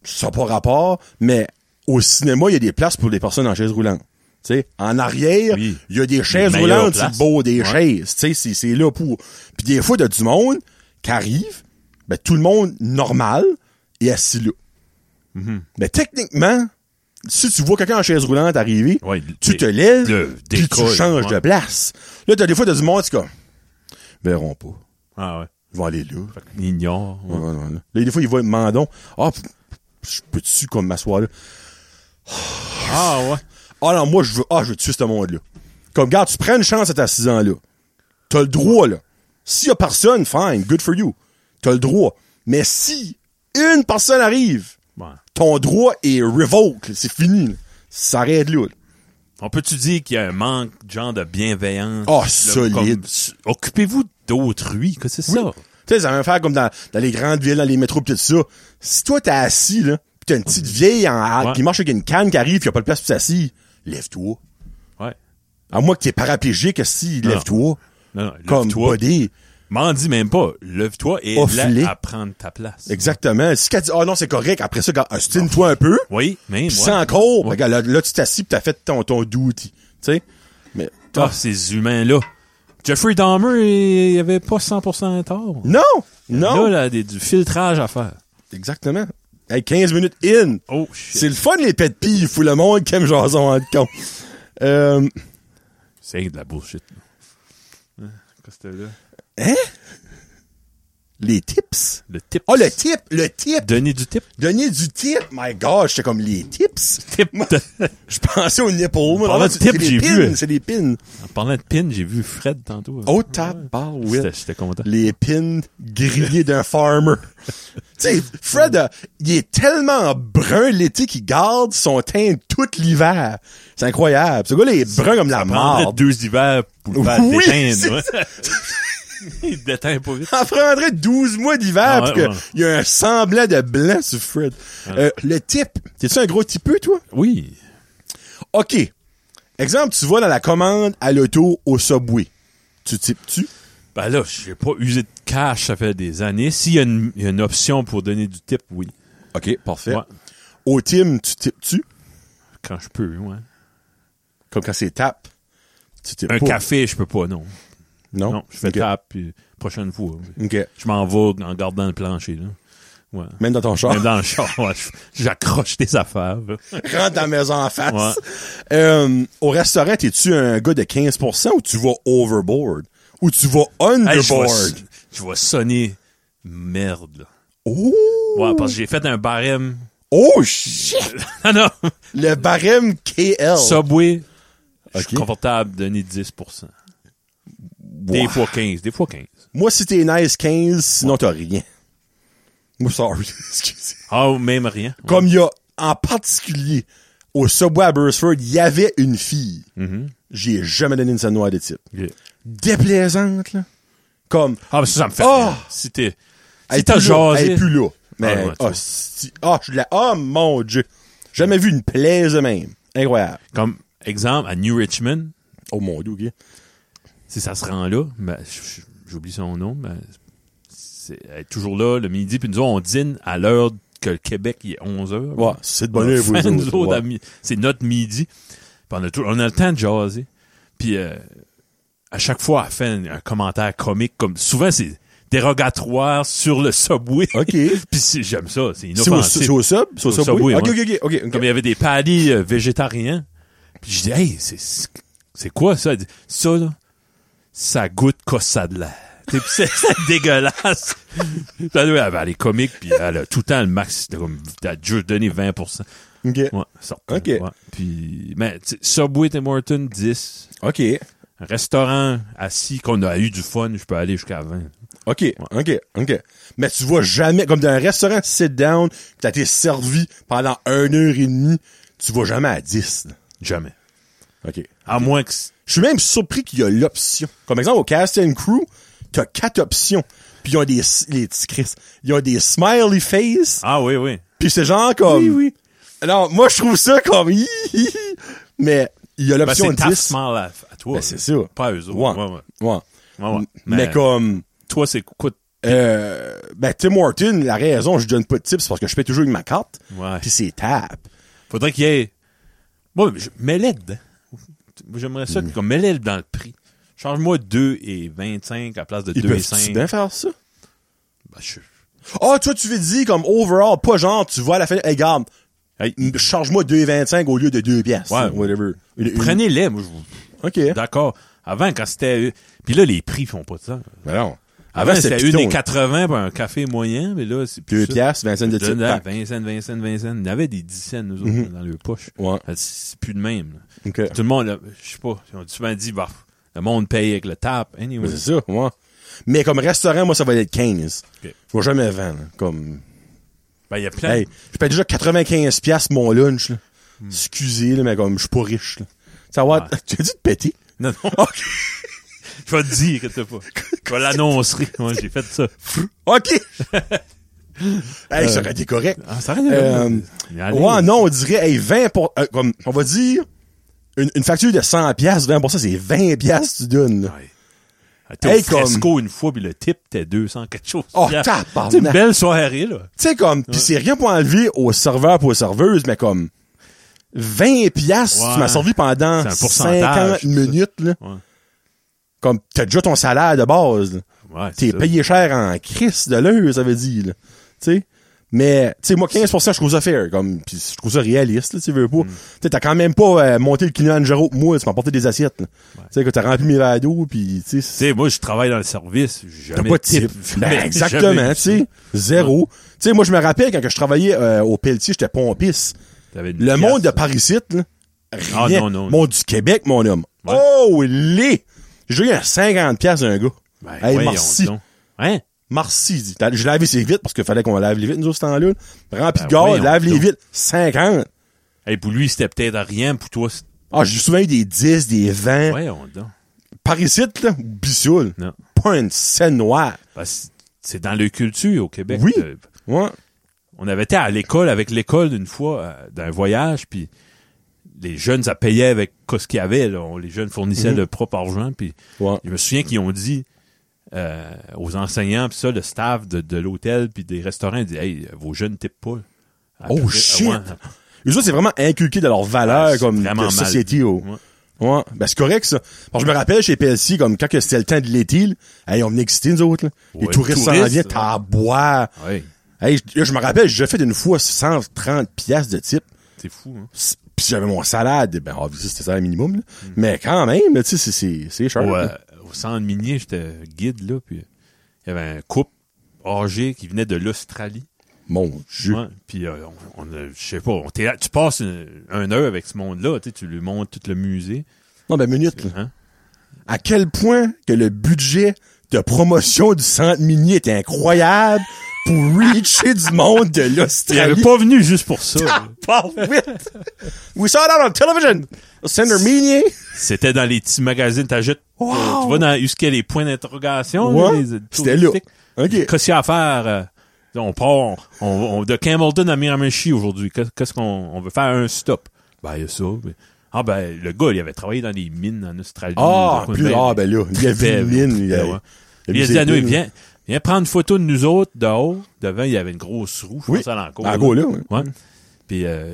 S1: ça n'a pas rapport, mais au cinéma, il y a des places pour des personnes en chaise roulante. Tu sais, en arrière, il
S2: Oui.
S1: y a des chaises
S2: Les meilleures
S1: roulantes, c'est
S2: places.
S1: beau, des
S2: Ouais.
S1: chaises. Tu sais, c'est- c'est là pour... Puis des fois, il y a du monde qui arrive, ben, tout le monde normal est assis là.
S2: Mhm.
S1: Mais techniquement, si tu vois quelqu'un en chaise roulante arriver,
S2: Ouais,
S1: tu
S2: le-
S1: te lèves,
S2: le
S1: puis tu
S2: décolle,
S1: changes
S2: ouais.
S1: de place. Là, t'as des fois, t'as du monde, tu comme, verront pas.
S2: Ah, ouais.
S1: Ils vont aller là.
S2: Fait qu'ils ignorent. ouais.
S1: Ouais, ouais, ouais. Là, des fois, il voit le mandon. Ah, p- je peux-tu comme m'asseoir là?
S2: Ah ouais.
S1: Ah non, moi, je veux, ah, je veux tuer ce monde-là. Comme, regarde, tu prends une chance à ta 6 ans-là. T'as le droit, là. S'il y a personne, fine, good for you. T'as le droit. Mais si une personne arrive,
S2: Bon.
S1: ton droit est revoke. là. C'est fini. là. Ça arrête là. là.
S2: On peut-tu dire qu'il y a un manque genre de bienveillance?
S1: Ah,
S2: Là,
S1: solide.
S2: comme, s- Occupez-vous d'autrui, que c'est ça?
S1: Tu sais, ça va faire comme dans, dans les grandes villes, dans les métros pis tout ça. Si toi t'es assis, là, pis t'as une petite vieille en hâte,
S2: Ouais.
S1: pis marche avec une canne qui arrive, pis y a pas de place pour s'assis, lève-toi.
S2: Ouais.
S1: À moins que t'es paraplégique, si,
S2: Non.
S1: lève-toi.
S2: Non, non,
S1: Comme
S2: Ah. lève-toi.
S1: body.
S2: M'en dis même pas. Lève-toi et
S1: Offlé.
S2: aide-la à prendre ta place.
S1: Exactement. Si qu'elle dit, ah non, c'est correct, après ça, regarde, ostine-toi un peu,
S2: Oui, mais
S1: pis
S2: moi.
S1: sans encore, regarde, là, là, tu t'assis pis t'as fait ton, ton duty. Tu sais? Mais,
S2: Ah, ces humains-là. Jeffrey Dahmer, il avait pas 100% tort.
S1: non! Non!
S2: Là, là, des- du filtrage à faire.
S1: Exactement. Hey, 15 minutes in!
S2: Oh,
S1: C'est
S2: shit.
S1: le fun, les pets pis, fou le monde qui aime Jason en con. Euh,
S2: C'est de la bullshit. là. Ah, Qu'est-ce que c'était là?
S1: Hein? Les tips?
S2: Le tip.
S1: Oh, le tip! Le tip!
S2: Donner du tip.
S1: Donner du tip! My God, j'étais comme les tips!
S2: Tip. (laughs) de-
S1: Je pensais au nipple. moi.
S2: Parlant de
S1: C'est-
S2: tip,
S1: c'est des
S2: j'ai
S1: pins,
S2: vu.
S1: C'est des pins.
S2: en parlant de pin, j'ai vu Fred tantôt.
S1: Oh,
S2: oui.
S1: tabarouette.
S2: J'étais content.
S1: Les pins grillés d'un
S2: (laughs)
S1: farmer. tu sais, Fred, euh, il est tellement brun l'été qu'il garde son teint tout l'hiver. C'est incroyable. Ce gars-là, il est brun comme la
S2: Prendrait
S1: mort.
S2: deux hivers pour le faire
S1: Oui, c'est Ah.
S2: déteindre. ouais. (laughs) Il déteint pas vite.
S1: Ça prendrait 12 mois d'hiver
S2: Ah
S1: parce
S2: ouais,
S1: que
S2: ouais.
S1: il y a un semblant de blanc sur Fred. Euh, le type, t'es-tu un gros typeux, toi?
S2: Oui.
S1: OK. Exemple, tu vas dans la commande à l'auto au Subway. Tu types-tu?
S2: Ben là, j'ai pas usé de cash, ça fait des années. S'il y, a une- il y a une option pour donner du tip, oui.
S1: OK, parfait.
S2: Ouais.
S1: Au team, tu types-tu?
S2: Quand je peux, ouais.
S1: Comme quand c'est tap. Tu types
S2: Un
S1: pas.
S2: café, je peux pas, non. Oh,
S1: Non?
S2: Non, je fais
S1: OK.
S2: tap, puis prochaine fois. oui.
S1: OK.
S2: Je m'en vais en gardant le plancher, là. Ouais.
S1: Même dans ton char.
S2: Même dans le char, (laughs) ouais, je- j'accroche des affaires. là.
S1: (laughs) Rentre dans la maison en face.
S2: Ouais.
S1: Euh, au restaurant, t'es-tu un gars de 15% ou tu vas overboard? Ou tu vas
S2: (laughs) Hey, je, vais,
S1: underboard?
S2: s- je vais sonner merde, là.
S1: oh!
S2: Ouais, parce que j'ai fait un barème. (laughs)
S1: Oh, shit!
S2: Ah non!
S1: Le barème KL.
S2: (laughs) Subway, je suis
S1: Ok.
S2: confortable de donner 10
S1: Wow.
S2: Des fois 15, des fois 15.
S1: Moi, si t'es nice 15, sinon t'as rien. Moi, sorry. (laughs) Excusez.
S2: Ah, ou même rien. Ouais.
S1: Comme il y a, en particulier, au Subway à Burstford, il y avait une fille.
S2: Mm-hmm.
S1: J'ai jamais donné une scène noire de type.
S2: Ok.
S1: Déplaisante, là. Comme,
S2: Ah, mais ça, ça me fait
S1: Ah!
S2: rire. Si t'es...
S1: elle est
S2: Si t'as
S1: plus là, elle
S2: jasé...
S1: est plus là.
S2: Ah,
S1: Mais,
S2: ouais, tu
S1: ah,
S2: vois.
S1: si- ah, je l'ai, ah, mon Dieu. Jamais vu une plaise de même. Incroyable.
S2: Comme exemple, à New Richmond,
S1: Oh mon Dieu, ok.
S2: si ça se rend là, ben, j- j- j'oublie son nom, mais c'est elle est toujours là le midi. Puis nous autres, on dîne à l'heure que le Québec, il est 11h.
S1: Ouais, c'est de bonne heure,
S2: (laughs)
S1: vous autres, ouais.
S2: C'est notre midi. Puis on a, tout- on a le temps de jaser. Puis euh, à chaque fois, elle fait un, un commentaire comique. comme Souvent, c'est dérogatoire sur le subway.
S1: Ok.
S2: (laughs) Puis c'est- j'aime ça, c'est
S1: C'est au,
S2: inoffensif.
S1: c'est au sub? C'est au,
S2: Au
S1: Subway?
S2: Subway,
S1: Ok,
S2: ouais.
S1: ok, ok, ok.
S2: Comme il y avait des palis euh, végétariens. Puis je dis, hey, c'est, c'est quoi ça? Elle dit, Ça, là, ça goûte cossadela. (laughs) Puis c'est, c'est dégueulasse. (laughs) Puis elle, elle, elle est comique, puis elle a tout le temps le max. T'as comme, t'as juste donné 20%.
S1: Ok.
S2: Ouais, ça.
S1: Ok.
S2: Ouais. Puis, mais, tu sais, Subway et Morton, 10.
S1: Ok.
S2: Un restaurant assis qu'on a eu du fun, je peux aller jusqu'à 20.
S1: OK, OK, OK. Mais tu vois jamais, comme dans un restaurant sit-down, pis t'as été servi pendant une heure et demie, tu vas jamais à 10. là.
S2: Jamais.
S1: OK.
S2: À moins que. c-
S1: Je suis même surpris qu'il y a l'option. Comme exemple, au Cast and Crew, t'as quatre options. Puis ils ont des, les petits Chris, ils ont des smiley face,
S2: Ah oui, oui.
S1: puis c'est genre comme...
S2: Oui, oui.
S1: Alors, moi, je trouve ça comme... hi, hi, hi. Mais il y a
S2: Ben,
S1: l'option
S2: c'est ta
S1: 10.
S2: smile à, à toi.
S1: Ben,
S2: là.
S1: c'est ça.
S2: Pas à eux autres.
S1: Ouais,
S2: Ouais, ouais.
S1: ouais.
S2: Ouais, ouais.
S1: Mais,
S2: Mais-
S1: comme...
S2: Toi, c'est quoi? t-
S1: Euh, ben, Tim Horton, la raison, je donne pas de tips, c'est parce que je paye toujours avec ma carte.
S2: Ouais.
S1: Puis c'est tap.
S2: Faudrait qu'il y ait. Moi, je... mets-les dedans. J'aimerais
S1: Mm.
S2: ça, qu'on mets-les dans le prix. Change-moi 2 et 25 à la place de
S1: Ils
S2: 2 et
S1: peuvent
S2: 5.
S1: bien faire ça?
S2: Ben, je-
S1: Ah, toi, tu veux dire comme overall, pas genre, tu vas à la fin, hey, regarde,
S2: Hey,
S1: m- charge-moi 2,25 au lieu de 2 piastres.
S2: Ouais.
S1: whatever. Une- une-
S2: Prenez-les, moi, je vous.
S1: OK.
S2: euh, D'accord. Avant, quand c'était. Puis là, les prix font pas de ça.
S1: Ben non.
S2: Avant, c'était Ah, une
S1: piton,
S2: des 80 pour un café moyen, mais là, c'est plus
S1: Deux
S2: ça.
S1: piastres, 25 de type. Ah,
S2: Dedans, 20 cents, 20 cents, 20 cents. Il y en avait des 10 cents, nous autres, dans le poche.
S1: Mm-hmm. Ouais.
S2: C'est plus de même. là.
S1: OK.
S2: Tout le monde, là, je sais pas, ils ont souvent dit, bah, le monde paye avec le tap. Anyway.
S1: Mais Ben, C'est ça, ouais. Mais comme restaurant, moi, ça va être 15.
S2: Ok.
S1: Je vais jamais vendre, là. Comme,
S2: Ben, il y a plein.
S1: hey, je paye déjà 95 piastres mon lunch, là.
S2: Hmm.
S1: Excusez, là, mais comme, je suis pas riche, là. Ça va,
S2: Ouais.
S1: (laughs) tu as dit de péter?
S2: (laughs) Non, non. je vais te dire, inquiète pas. Je vais l'annoncer. (laughs) Moi, j'ai fait ça. (laughs)
S1: OK! hey, ça aurait été correct.
S2: Ah, ça arrive.
S1: Euh,
S2: Allez.
S1: ouais, non, on dirait, hey, 20 pour, euh, comme, on va dire, une, une facture de 100 piastres, 20 c'est 20 piastres que tu donnes. là.
S2: Ouais. T'es
S1: Hey,
S2: au Fresco une fois, puis le type, t'es 200 quelque chose.
S1: Oh,
S2: Pierre.
S1: tabarnak.
S2: C'est une belle soirée, là.
S1: Tu sais, comme, pis c'est rien pour enlever aux serveurs pour aux serveuses, mais comme, 20 piastres,
S2: Ouais.
S1: tu m'as servi pendant
S2: C'est un pourcentage,
S1: 50 minutes, là.
S2: Ouais.
S1: Comme, t'as déjà ton salaire de base, là.
S2: Ouais, c'est
S1: T'es
S2: ça.
S1: payé cher en crise de l'heure, ça veut dire, là. Tu sais? Mais, tu sais, moi, 15%, je trouve ça fair, comme, pis je trouve ça réaliste, là, tu veux pas.
S2: Hmm.
S1: Tu sais, t'as quand même pas euh, monté le Kilimanjaro pour moi, tu m'as apporté des assiettes, là. Tu sais, que t'as rempli mes verres d'eau, pis, tu sais,
S2: Tu sais, moi, je travaille dans le service.
S1: T'as
S2: Jamais
S1: pas de type. Ben,
S2: (laughs) Jamais,
S1: exactement,
S2: jamais.
S1: tu sais. Zéro. Tu sais, moi, je me rappelle quand que je travaillais euh, au Pelletier, j'étais pompiste.
S2: T'avais une
S1: Le
S2: pièce.
S1: monde de Parisite, là,
S2: Ah,
S1: rien.
S2: non, non,
S1: Monde du Québec, mon homme.
S2: Ouais.
S1: Oh, les! J'ai eu un 50 pièces d'un gars.
S2: Ben,
S1: hey,
S2: voyons
S1: merci.
S2: donc. Hein?
S1: Merci, dit. T'as- Je lavais ses vitres parce qu'il fallait qu'on lave les vitres, nous, autres, ce temps-là. Rempli
S2: Ben,
S1: de gaz,
S2: voyons
S1: lave les
S2: donc.
S1: vitres. 50.
S2: Hey, pour lui, c'était peut-être rien. Pour toi, c'est...
S1: Ah, j'ai souvent eu des 10, des 20.
S2: Voyons donc.
S1: Parisite, là, Bissoul.
S2: Non.
S1: Pas une scène noire.
S2: Parce que c'est dans le culture au Québec.
S1: Oui.
S2: Euh,
S1: Ouais.
S2: on avait été à l'école avec l'école une fois euh, d'un voyage puis les jeunes ça payait avec quoi ce qu'il y avait là. On- les jeunes fournissaient leur propre argent puis
S1: Mhm. Ouais.
S2: je me souviens qu'ils ont dit euh, aux enseignants puis ça le staff de, de l'hôtel puis des restaurants ils disaient hey vos jeunes typent pas
S1: Oh,
S2: Après-
S1: shit!
S2: Ah,
S1: Eux
S2: Ouais.
S1: autres, c'est vraiment inculqué dans leur valeur,
S2: Ouais, c'est
S1: comme,
S2: vraiment
S1: de
S2: mal.
S1: société. oh.
S2: Ouais.
S1: Ouais, ben c'est correct ça. Parce que je me rappelle chez PLC, comme quand que c'était le temps de l'été, là, hey, on venait exciter nous autres. là. les
S2: Ouais,
S1: touristes s'en
S2: touristes,
S1: viennent, t'as à boire.
S2: Ouais,
S1: Hey, je, je me rappelle, j'ai déjà fait une fois 130 piastres de type.
S2: c'est fou hein.
S1: S- Puis j'avais mon salade, ben obviously c'était ça le minimum. là.
S2: Mm.
S1: Mais quand même, là, tu sais, c'est- c'est c'est cher.
S2: au, euh,
S1: là.
S2: au centre minier j'étais guide là puis il y avait un couple âgé qui venait de l'Australie
S1: Mon Dieu.
S2: Ouais, puis euh, on, on, euh, je sais pas, on t'est là- tu passes une, un heure avec ce monde-là, tu sais, tu lui montres tout le musée.
S1: Non, ben minute. là.
S2: Hein?
S1: À quel point que le budget de promotion du centre minier était incroyable pour reacher du monde de
S2: Il avait
S1: l'Australie.
S2: pas venu juste pour
S1: (laughs)
S2: ça. là.
S1: Pas vite. (laughs) We saw that on television. Senator Meunier.
S2: C'était dans les petits magazines, t'ajoutes, euh, tu vas dans jusqu'à les points d'interrogation. là,
S1: Ouais,
S2: les-
S1: c'était là.
S2: touristiques.
S1: OK.
S2: Qu'est-ce qu'il y a à faire? euh, on part on, on- de Campbellton à Miramichi aujourd'hui. Qu'est- Qu'est-ce qu'on on veut faire un stop? Ben, il y a ça. mais- Ah ben, le gars, il avait travaillé dans les mines en Australie.
S1: Ah,
S2: Donc, on
S1: plus,
S2: avait-
S1: ah, ben là, il y a
S2: (laughs)
S1: euh, vu
S2: Très
S1: une mine. Il y a,
S2: Ben ouais.
S1: il
S2: Il a
S1: vu
S2: dit à
S1: ses
S2: nous,
S1: mines.
S2: viens, viens prendre une photo de nous autres de haut. Devant, il y avait une grosse roue, je
S1: Oui.
S2: pense à l'encore.
S1: En gros, là, ouais.
S2: Ouais. Puis, euh,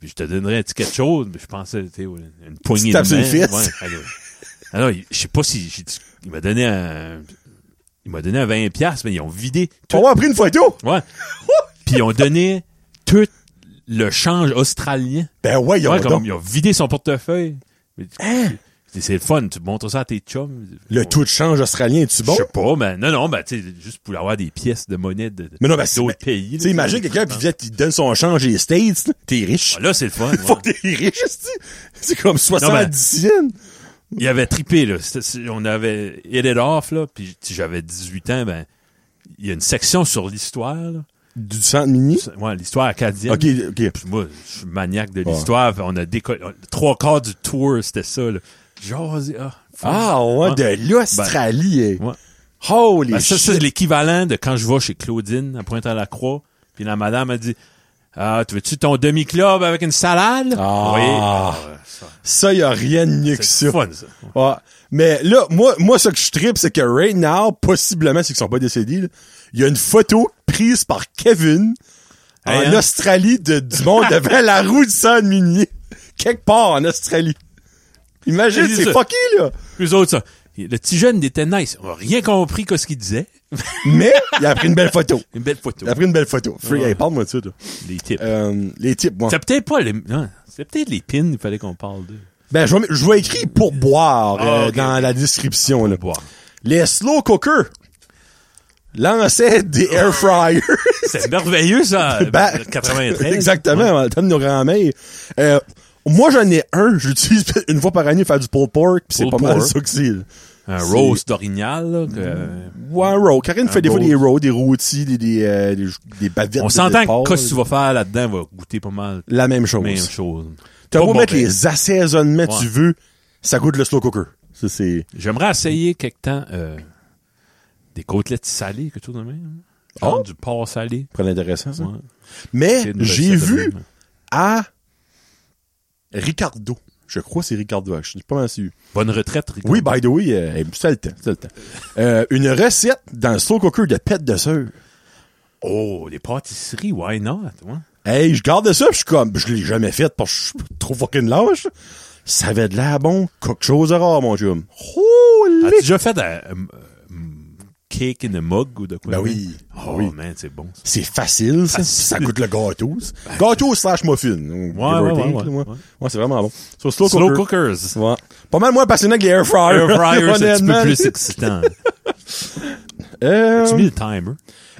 S2: puis je te donnerais un petit quelque chose, mais je pensais, tu sais, une poignée
S1: Tu
S2: de
S1: tapes sur le
S2: main.
S1: fils.
S2: Ouais. Alors, alors, il- je sais pas si, j'ai dit- il m'a donné un, il m'a donné un 20 piastres, mais ils ont vidé tout.
S1: On va pris une photo.
S2: Ouais.
S1: (laughs)
S2: puis ils ont donné tout le change australien.
S1: Ben ouais, ils ont
S2: Ouais, comme,
S1: donc Hein?
S2: ils ont vidé son portefeuille. Mais tu- C'est c'est le fun, tu montres ça à tes chums.
S1: le
S2: On-
S1: taux de change australien, est-tu bon?
S2: je sais pas, mais non, non, ben, tu sais, juste pour avoir des pièces de monnaie de, de-
S1: Mais non, ben, c'est-
S2: d'autres
S1: ben,
S2: pays.
S1: Tu sais, imagine quelqu'un qui vient, qui donne son change les States, là, t'es riche.
S2: Ah, Là, c'est le fun.
S1: (laughs)
S2: ouais. ben,
S1: Faut que t'es riche, c'est-tu? c'est comme 70 cents.
S2: Il avait trippé, là. C'était- c'est- on avait hit it off, là, puis si j'avais 18 ans, ben, il y a une section sur l'histoire, là.
S1: Du centre mini.
S2: Ça- Ouais, l'histoire acadienne.
S1: Ok, ok.
S2: Puis moi, je suis maniaque de l'histoire, puis on a décollé. Trois quarts du tour, c'était ça, là. Jaser, ah, fou.
S1: Ah, ouais, de l'Australie. eh.
S2: Ouais.
S1: Holy
S2: Ben, ça, c'est
S1: shit.
S2: l'équivalent de quand je vais chez Claudine à Pointe-à-la-Croix, puis la madame a dit Ah, tu veux-tu ton demi-club avec une salade?
S1: Ah.
S2: oui. Ah, ça,
S1: Ça, y a rien de mieux que
S2: c'est
S1: ça.
S2: fun, ça.
S1: Ouais. Mais là, moi, moi, ce que je tripe, c'est que right now, possiblement, ceux qui sont pas décédés, là, il y a une photo prise par Kevin
S2: Hey,
S1: en
S2: hein?
S1: Australie de, du
S2: (laughs)
S1: monde devant la roue du centre minier. Quelque part en Australie. Imagine,
S2: C'est
S1: c'est
S2: ça.
S1: fucké, là.
S2: Plus autres, ça. Le petit jeune il était nice. On n'a rien compris que ce qu'il disait.
S1: Mais, il a pris une belle photo.
S2: Une belle photo.
S1: Il a pris une belle photo. Free,
S2: Ouais.
S1: hey, parle-moi de ça, toi.
S2: Les tips.
S1: Euh, les types, moi.
S2: C'est peut-être pas les. non, c'est peut-être les pins, il fallait qu'on parle d'eux.
S1: Ben, je vais, je vais écrire pour boire
S2: Ah,
S1: euh,
S2: ok,
S1: dans
S2: ok.
S1: la description, là.
S2: Boire.
S1: Les slow cookers. lançait des
S2: Ah.
S1: air
S2: (laughs)
S1: fryers.
S2: C'est merveilleux, ça.
S1: (laughs)
S2: euh,
S1: Ben,
S2: 93.
S1: (laughs) Exactement, dans le temps de nos grands-mères. Euh, moi, j'en ai un, j'utilise (laughs) une fois par année pour faire du pulled pork, pis c'est pas
S2: Pulled
S1: mal
S2: pork.
S1: ça que c'est.
S2: Un
S1: C'est- Mm.
S2: roast d'orignal, là. que-
S1: Ouais, roll. Karine fait des fois
S2: roll.
S1: des rolls, des rôtis, des, des, euh, des, des bavettes.
S2: On
S1: de
S2: s'entend
S1: départ.
S2: que quoi que tu vas faire là-dedans va goûter pas mal
S1: La même chose.
S2: la même chose.
S1: T'as
S2: Pas
S1: beau mettre
S2: mauvais.
S1: les assaisonnements que tu
S2: Ouais.
S1: veux, ça goûte le slow cooker. Ça, c'est...
S2: J'aimerais essayer quelque temps euh, des côtelettes salées, quelque chose de même. Genre
S1: Oh!
S2: du porc salé.
S1: Très intéressant, ça.
S2: Ouais. C'est
S1: Mais
S2: une
S1: j'ai
S2: recette de
S1: vu
S2: même.
S1: à Ricardo. Je crois que c'est Ricardo. Je suis pas mal sûr.
S2: Bonne retraite, Rico.
S1: Oui, by the way, euh, c'est le temps, c'est le temps. Euh, une recette dans le slow cooker de pète de sœur.
S2: Oh, des pâtisseries, why not? hein? ouais.
S1: Hey, je garde ça, pis je suis comme, je l'ai jamais faite parce que je suis trop fucking lâche. Ça avait de l'air bon. Quelque chose de rare, mon chum. Holy!
S2: As-tu déjà fait euh, un un- un cake in a mug ou de quoi?
S1: Ben
S2: hein?
S1: oui.
S2: Oh,
S1: Oui.
S2: man, c'est bon. ça.
S1: C'est facile, ça.
S2: Facile.
S1: Ça goûte le gâteau. ça. gâteau slash muffin. Ouais,
S2: ouais, ouais, ouais.
S1: c'est vraiment bon. Sur slow,
S2: Slow
S1: cooker.
S2: cookers.
S1: Ouais. Pas mal moins passionné que les air fryers.
S2: Air fryer, c'est un petit peu
S1: honnêtement.
S2: plus
S1: (laughs)
S2: excitant.
S1: Euh,
S2: As-tu mis le timer?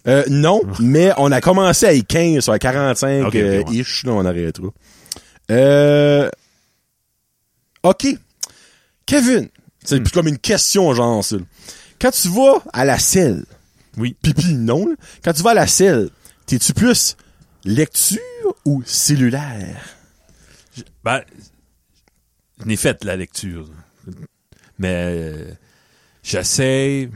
S1: euh,
S2: (laughs)
S1: non, mais on a commencé à 15, à 45
S2: Ok, ok,
S1: euh,
S2: ouais.
S1: ish, là, on arrêtera. Euh, OK. Kevin, c'est
S2: Hmm.
S1: plus comme une question, genre, ça. Quand tu vas à la selle,
S2: Oui.
S1: pipi, non, là. quand tu vas à la selle, t'es-tu plus lecture ou cellulaire?
S2: Ben, je n'ai fait de la lecture. Mais euh, j'essaie.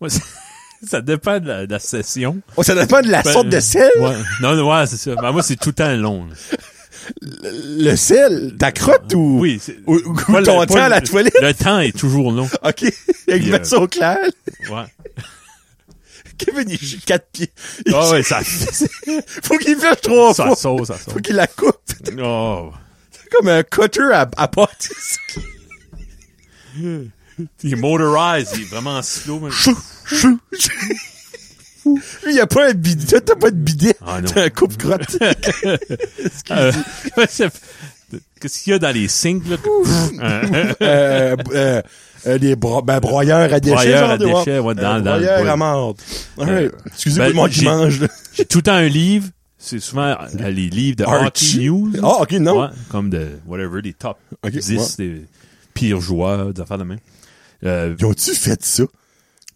S2: Moi, ça- (laughs) ça dépend de la, de la session.
S1: Oh, ça dépend de la
S2: Ben,
S1: sorte de sel.
S2: Ouais. Non, non, ouais, c'est ça. Ben, moi, c'est tout le temps long. là.
S1: Le sel, ta crotte ou,
S2: Oui. c'est-
S1: ou, ou
S2: pas le-
S1: ton
S2: pas
S1: temps à la
S2: le-
S1: toilette?
S2: Le temps est toujours long. (laughs)
S1: OK. Avec
S2: Puis,
S1: mettre ça au clair.
S2: Ouais.
S1: Kevin, il joue quatre pieds. Il-
S2: Ah ouais, ça,
S1: (laughs) Faut qu'il fasse trois
S2: ça
S1: fois.
S2: saute, ça saute.
S1: Faut qu'il la coupe. (laughs) C'est
S2: Oh.
S1: comme un cutter à, à
S2: (laughs)
S1: pâte.
S2: Il est motorisé, il est vraiment slow. mais-
S1: Chou, chou, chou. Lui, il a pas un bidet. T'as pas de bidet.
S2: Ah, non.
S1: T'as un
S2: (laughs)
S1: coupe-crotte.
S2: Euh, (laughs) Qu'est-ce qu'il y a dans les singes, là?
S1: euh, euh, euh, des bro ben, broyeurs à déchets.
S2: Broyeurs
S1: genre,
S2: à
S1: de-
S2: déchets, ouais, dans-
S1: Euh,
S2: dans-
S1: broyeurs
S2: ouais.
S1: à marde. Ouais.
S2: Euh,
S1: Excusez
S2: ben,
S1: pour le monde qui
S2: j'ai-
S1: mange, là.
S2: J'ai tout le temps un livre. C'est souvent euh, les livres de Hockey News.
S1: Ah, OK, non.
S2: Ouais, comme de, whatever, des top
S1: Ok,
S2: 10 des pires joueurs, des affaires de même. Euh,
S1: Ils ont-tu fait ça?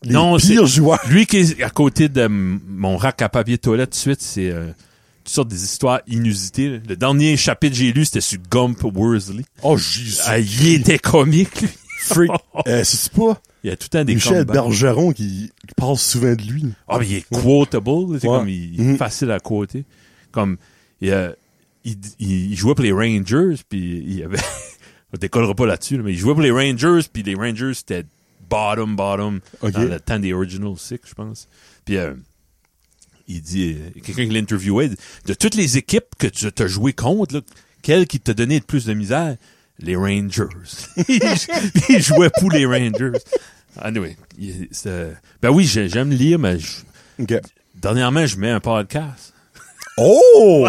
S1: Les
S2: Non,
S1: pires joueurs.
S2: lui qui est à côté de m- mon rack à papier toilette, tout de suite, c'est euh, toutes sortes des histoires inusitées. là. Le dernier chapitre que j'ai lu, c'était sur Gump Worsley.
S1: Oh, Jésus.
S2: Ah, il était comique, lui.
S1: Freak. Euh, c'est pas
S2: (laughs) Il y a tout le temps des
S1: Michel
S2: comebacks.
S1: Bergeron qui, qui parle souvent de lui.
S2: Ah, mais il est quotable. là, C'est
S1: Ouais.
S2: comme, il est
S1: Mhm.
S2: facile à quoter. Comme, il, euh, il, il- il jouait pour les Rangers, puis il y avait... (laughs) On décollera pas là-dessus, là, mais il jouait pour les Rangers, puis les Rangers, c'était bottom, bottom,
S1: Ok.
S2: dans le temps des Original Six, je pense. Puis, euh, il dit... euh, Quelqu'un qui l'interviewait, de toutes les équipes que tu as joué contre, là, quelle qui t'a donné le plus de misère? Les Rangers. (laughs) il, jou- il jouait pour les Rangers. Anyway, il- c'est, euh, ben oui, j'ai- j'aime lire, mais je-
S1: OK.
S2: (laughs) Dernièrement, je mets un podcast.
S1: Oh!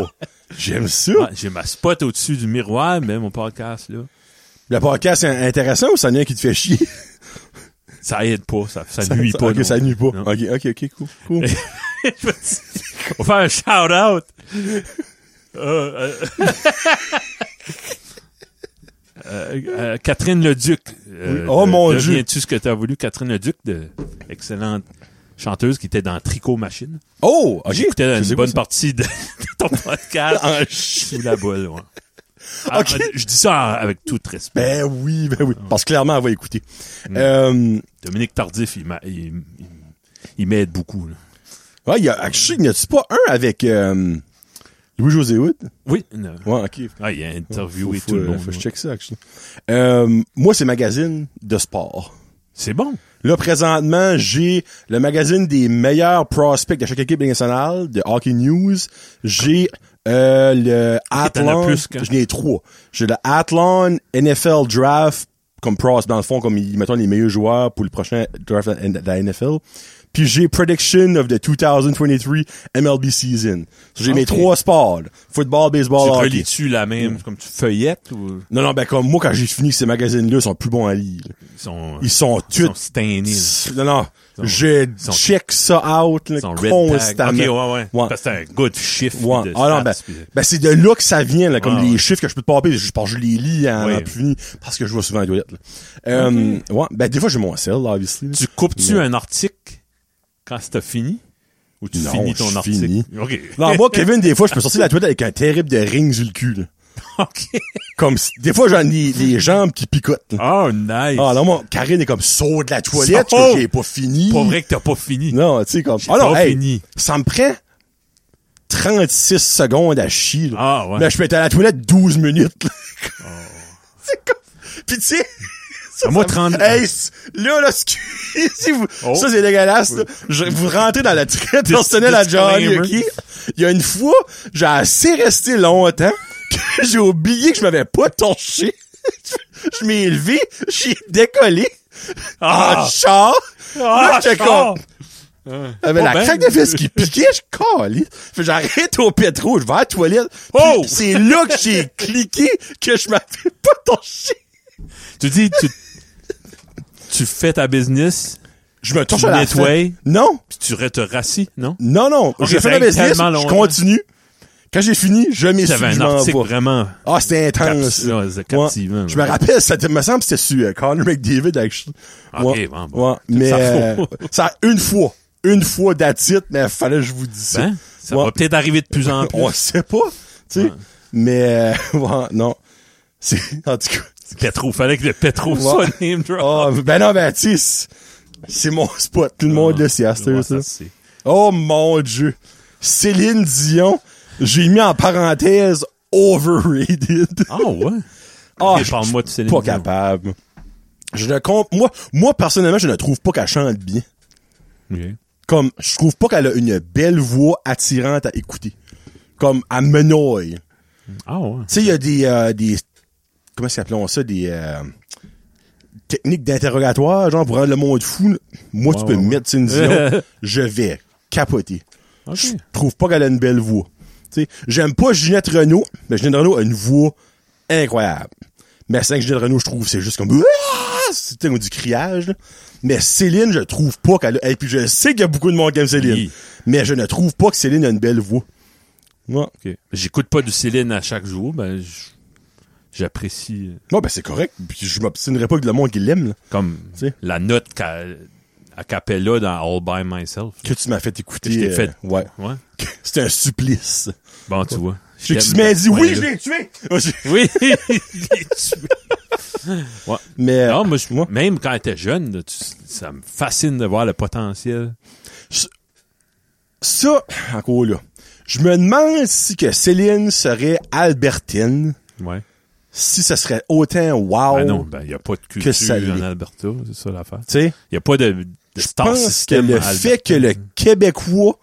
S1: J'aime ça. (laughs)
S2: Ouais, J'ai ma spot au-dessus du miroir, mais mon podcast, là,
S1: Le podcast, c'est intéressant ou ça n'est qui te fait chier?
S2: ça aide pas, ça, ça nuit pas.
S1: Ok, (laughs)
S2: non.
S1: ça nuit pas.
S2: Non. Eh,
S1: Ok, ok, ok, cool, cool.
S2: (laughs) On fait un shout-out. Euh, (laughs) euh, euh, euh, Catherine Leduc. Euh,
S1: Oui. Oh,
S2: de-
S1: mon Dieu.
S2: Deviens-tu ce que t'as voulu? Catherine Leduc, de, excellente chanteuse qui était dans Tricot Machine.
S1: Oh! ok.
S2: J'écoutais
S1: Je
S2: une
S1: sais
S2: bonne
S1: pas
S2: partie de, de
S1: (laughs)
S2: ton podcast.
S1: ça. Ah, ch-
S2: sous la boule, ouais. Ah,
S1: Ok.
S2: Je dis ça avec tout respect.
S1: Ben oui, ben
S2: Ah.
S1: oui. Parce que clairement, elle va écouter.
S2: Mm.
S1: Euh,
S2: Dominique Tardif, il m'a- il, il- il m'aide beaucoup. là.
S1: ouais, il y a, je sais, n'y a-tu pas un avec, euh, Louis-José Hood?
S2: Oui.
S1: Ouais, ok.
S2: Ah, il a interviewé
S1: Faut-
S2: tout le
S1: faut-
S2: monde.
S1: Faut que je
S2: ouais.
S1: check ça, actually. Euh, moi, c'est magazine de sport.
S2: C'est bon.
S1: Là, présentement, j'ai le magazine des meilleurs prospects de chaque équipe nationale, de Hockey News. J'ai euh, le
S2: t'en as
S1: Athlon.
S2: plus que-
S1: J'en ai trois. J'ai le Athlon NFL Draft, comme pros, dans le fond, comme ils mettent les meilleurs joueurs pour le prochain draft de la NFL. puis j'ai Prediction of the 2023 MLB Season. So, j'ai mes
S2: Ok.
S1: trois sports, là. football,
S2: Tu
S1: baseball, hockey.
S2: relis-tu la même, comme tu feuillettes ou
S1: Non, non, ben comme moi, quand j'ai fini ces magazines-là, ils sont plus bons à lire. là.
S2: ils sont,
S1: Ils sont
S2: ils sont
S1: tous...
S2: stainés, là.
S1: Non, non,
S2: sont-
S1: je
S2: sont-
S1: check ça out là,
S2: Ils sont red tag.
S1: constamment.
S2: Ok, ouais, ouais,
S1: Ouais.
S2: Parce que c'est un good chiffre.
S1: Ouais.
S2: de
S1: Ah non,
S2: stats,
S1: ben,
S2: puis-
S1: ben, c'est de là que ça vient, là, comme
S2: Ouais,
S1: les
S2: ouais.
S1: chiffres que je peux te pomper, je, parce que je les lis en
S2: Oui.
S1: en plus fini, parce que je vois souvent les toilettes. là. Euh, ouais, ben des fois j'ai mon sel, là, obviously. là.
S2: Tu coupes-tu
S1: Non.
S2: un article quand c'est fini? Ou tu
S1: Non,
S2: finis ton
S1: je
S2: article?
S1: finis.
S2: OK.
S1: Non, moi, Kevin, des fois, je peux sortir de la toilette avec un terrible de ring sur le cul. là.
S2: (laughs) OK.
S1: Comme si- des fois j'en ai les jambes qui picotent. là.
S2: Oh, nice.
S1: Ah non, moi, Karine est comme saut de la toilette,
S2: Saut!
S1: parce que j'ai pas fini.
S2: Oh! Pas vrai que t'as pas fini.
S1: Non, tu sais, comme. Ah non,
S2: pas
S1: hey,
S2: fini.
S1: ça me prend 36 secondes à chier. là.
S2: Ah, ouais. Oh.
S1: Mais je peux être à la toilette 12 minutes. là. (laughs) c'est comme. Pis tu sais. ça,
S2: Ah, moi,
S1: ça me-
S2: 30
S1: Hey, c- là, là, excusez- si vous-
S2: Oh.
S1: ça, c'est dégueulasse, là. Je- vous rentrez dans la traite personnelle à John
S2: disclaimer.
S1: Yoki. Il y a une fois, j'ai assez resté longtemps (laughs) que j'ai oublié que je m'avais pas torché. (laughs) je m'ai élevé, j'ai décollé. Ah,
S2: Ah!
S1: char. là,
S2: Ah,
S1: j'étais
S2: Charles!
S1: con. J'avais la
S2: ben.
S1: craque de fesse qui piquait, je calais. Fait que j'arrête au pétro, je vais à la toilette. Puis
S2: Oh!
S1: C'est là que j'ai
S2: (laughs)
S1: cliqué que je m'avais pas torché.
S2: Tu dis, tu, tu fais ta business,
S1: Je me torche
S2: Tu
S1: à la
S2: nettoies?
S1: fin. Non,
S2: puis tu re- te rassis, non?
S1: non, non.
S2: Ok,
S1: j'ai fait
S2: ça
S1: ma
S2: règle
S1: business,
S2: tellement
S1: je
S2: longtemps.
S1: continue. Quand j'ai fini, je m'essuie,
S2: J'avais
S1: je
S2: un
S1: m'en
S2: article
S1: vais.
S2: vraiment
S1: Ah, c'était intense.
S2: captivant, c'est
S1: Ouais.
S2: captivant.
S1: Je me
S2: ouais.
S1: rappelle, ça te- me semble que c'était sur euh, Conor McDavid. actually.
S2: Ok,
S1: Ouais.
S2: bon, bon.
S1: Ouais. Mais
S2: Ça faut. (laughs)
S1: euh, ça, une fois, une fois d'attitude, mais fallait que je vous dise ça.
S2: Ben, ça
S1: (laughs) Ouais.
S2: va peut-être arriver de plus en plus.
S1: On sait pas, tu sais. Mais euh, (laughs) ouais, non. C'est en tout cas.
S2: Petro, fallait que le Petro
S1: Ouais.
S2: soit name drop.
S1: Ah, ben non, ben tu sais, c'est- c'est Ah, mon spot. Tout le monde le sait, à cette heure,
S2: Ouais,
S1: ça.
S2: ça, c'est-
S1: Oh mon dieu. Céline Dion, j'ai mis en parenthèse overrated.
S2: Ah ouais?
S1: (laughs) Ah,
S2: Ok,
S1: je
S2: parle-moi de
S1: suis
S2: Céline
S1: pas
S2: Dion.
S1: capable. Je ne compte moi moi personnellement, je ne trouve pas qu'elle chante bien.
S2: Ok.
S1: Comme je trouve pas qu'elle a une belle voix attirante à écouter. Comme elle me noie.
S2: Ah ouais.
S1: Tu sais, il y a des, euh, des. Comment est-ce qu'appelons ça? Des euh, techniques d'interrogatoire, genre pour rendre le monde fou. là. Moi, tu
S2: Ouais,
S1: peux
S2: ouais,
S1: me
S2: ouais.
S1: mettre
S2: (laughs)
S1: une Dion, je vais capoter.
S2: Ok.
S1: Je trouve pas qu'elle a une belle voix. Tu sais, j'aime pas Ginette Renault, mais Ginette Renault a une voix incroyable. Mais c'est que Ginette Renault, je trouve, c'est juste comme. Ah! C'est comme du criage. là. Mais Céline, je trouve pas qu'elle a. Et puis je sais qu'il y a beaucoup de monde qui aime Céline.
S2: Oui.
S1: Mais je ne trouve pas que Céline a une belle voix. Ouais.
S2: Ok. J'écoute pas du Céline à chaque jour, ben j- j'apprécie euh,
S1: Non, ben c'est correct. Puis je m'obstinerai pas avec le monde qui l'aime. là.
S2: comme
S1: Tu sais.
S2: la note qu'a a cappella dans All By Myself.
S1: que tu m'as fait écouter.
S2: Que je t'ai
S1: euh,
S2: fait.
S1: Ouais. (laughs)
S2: Ouais.
S1: C'était un supplice.
S2: Bon, tu vois.
S1: Je que
S2: t'aime.
S1: tu m'as dit,
S2: Ouais,
S1: oui, je
S2: là.
S1: l'ai tué! Ouais, j'ai-
S2: (laughs) Oui. (laughs) Tu-
S1: Mais,
S2: non, moi,
S1: moi,
S2: je, Euh, même quand j'étais jeune, là, tu- ça me fascine de voir le potentiel.
S1: ça, encore là. Je me demande si que Céline serait Albertine,
S2: Ouais.
S1: si ça serait autant wow.
S2: Ben non, ben, il n'y a pas de culture
S1: Oh, ça l'est.
S2: en Alberta, c'est ça l'affaire.
S1: Tu sais,
S2: Il n'y a pas de, de
S1: je
S2: star
S1: pense que
S2: system
S1: le
S2: à Alberta.
S1: fait que le Québécois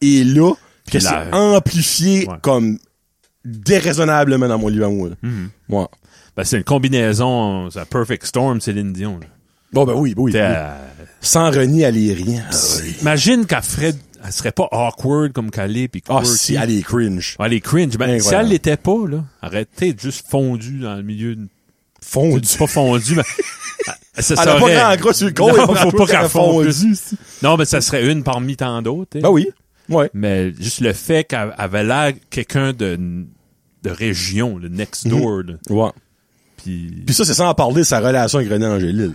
S1: est là, que
S2: Puis la-
S1: c'est amplifié
S2: Ouais.
S1: comme déraisonnablement dans mon livre à moi. là.
S2: Mhm.
S1: Ouais.
S2: Ben, c'est une combinaison, c'est un perfect storm, Céline Dion. là.
S1: Bon, ben oui, ben oui.
S2: T'es
S1: oui.
S2: à- Ah
S1: Sans renier, elle est rien.
S2: Imagine qu'elle ferait, elle serait pas awkward comme qu'elle est, puis
S1: Ah,
S2: quirky.
S1: si, elle est cringe.
S2: Ouais, elle est cringe. Ben, si
S1: Incroyable.
S2: elle l'était pas, là, elle aurait peut-être juste fondue dans le milieu. De...
S1: Fondue.
S2: Pas fondue, mais.
S1: (laughs)
S2: Ah, ça
S1: Elle a
S2: serait-
S1: pas grand gras sur le corps,
S2: Non,
S1: elle a pas grand
S2: faut
S1: chose
S2: pas qu'elle
S1: qu'elle fonde.
S2: fonde. plus. Non, mais ça serait une parmi tant d'autres. hein.
S1: Ben oui. Ouais.
S2: Mais juste le fait qu'elle avait l'air quelqu'un de, de région, le
S1: Mhm.
S2: next door, là.
S1: Ouais.
S2: Puis,
S1: Puis ça, c'est sans parler de sa relation avec René Angélil.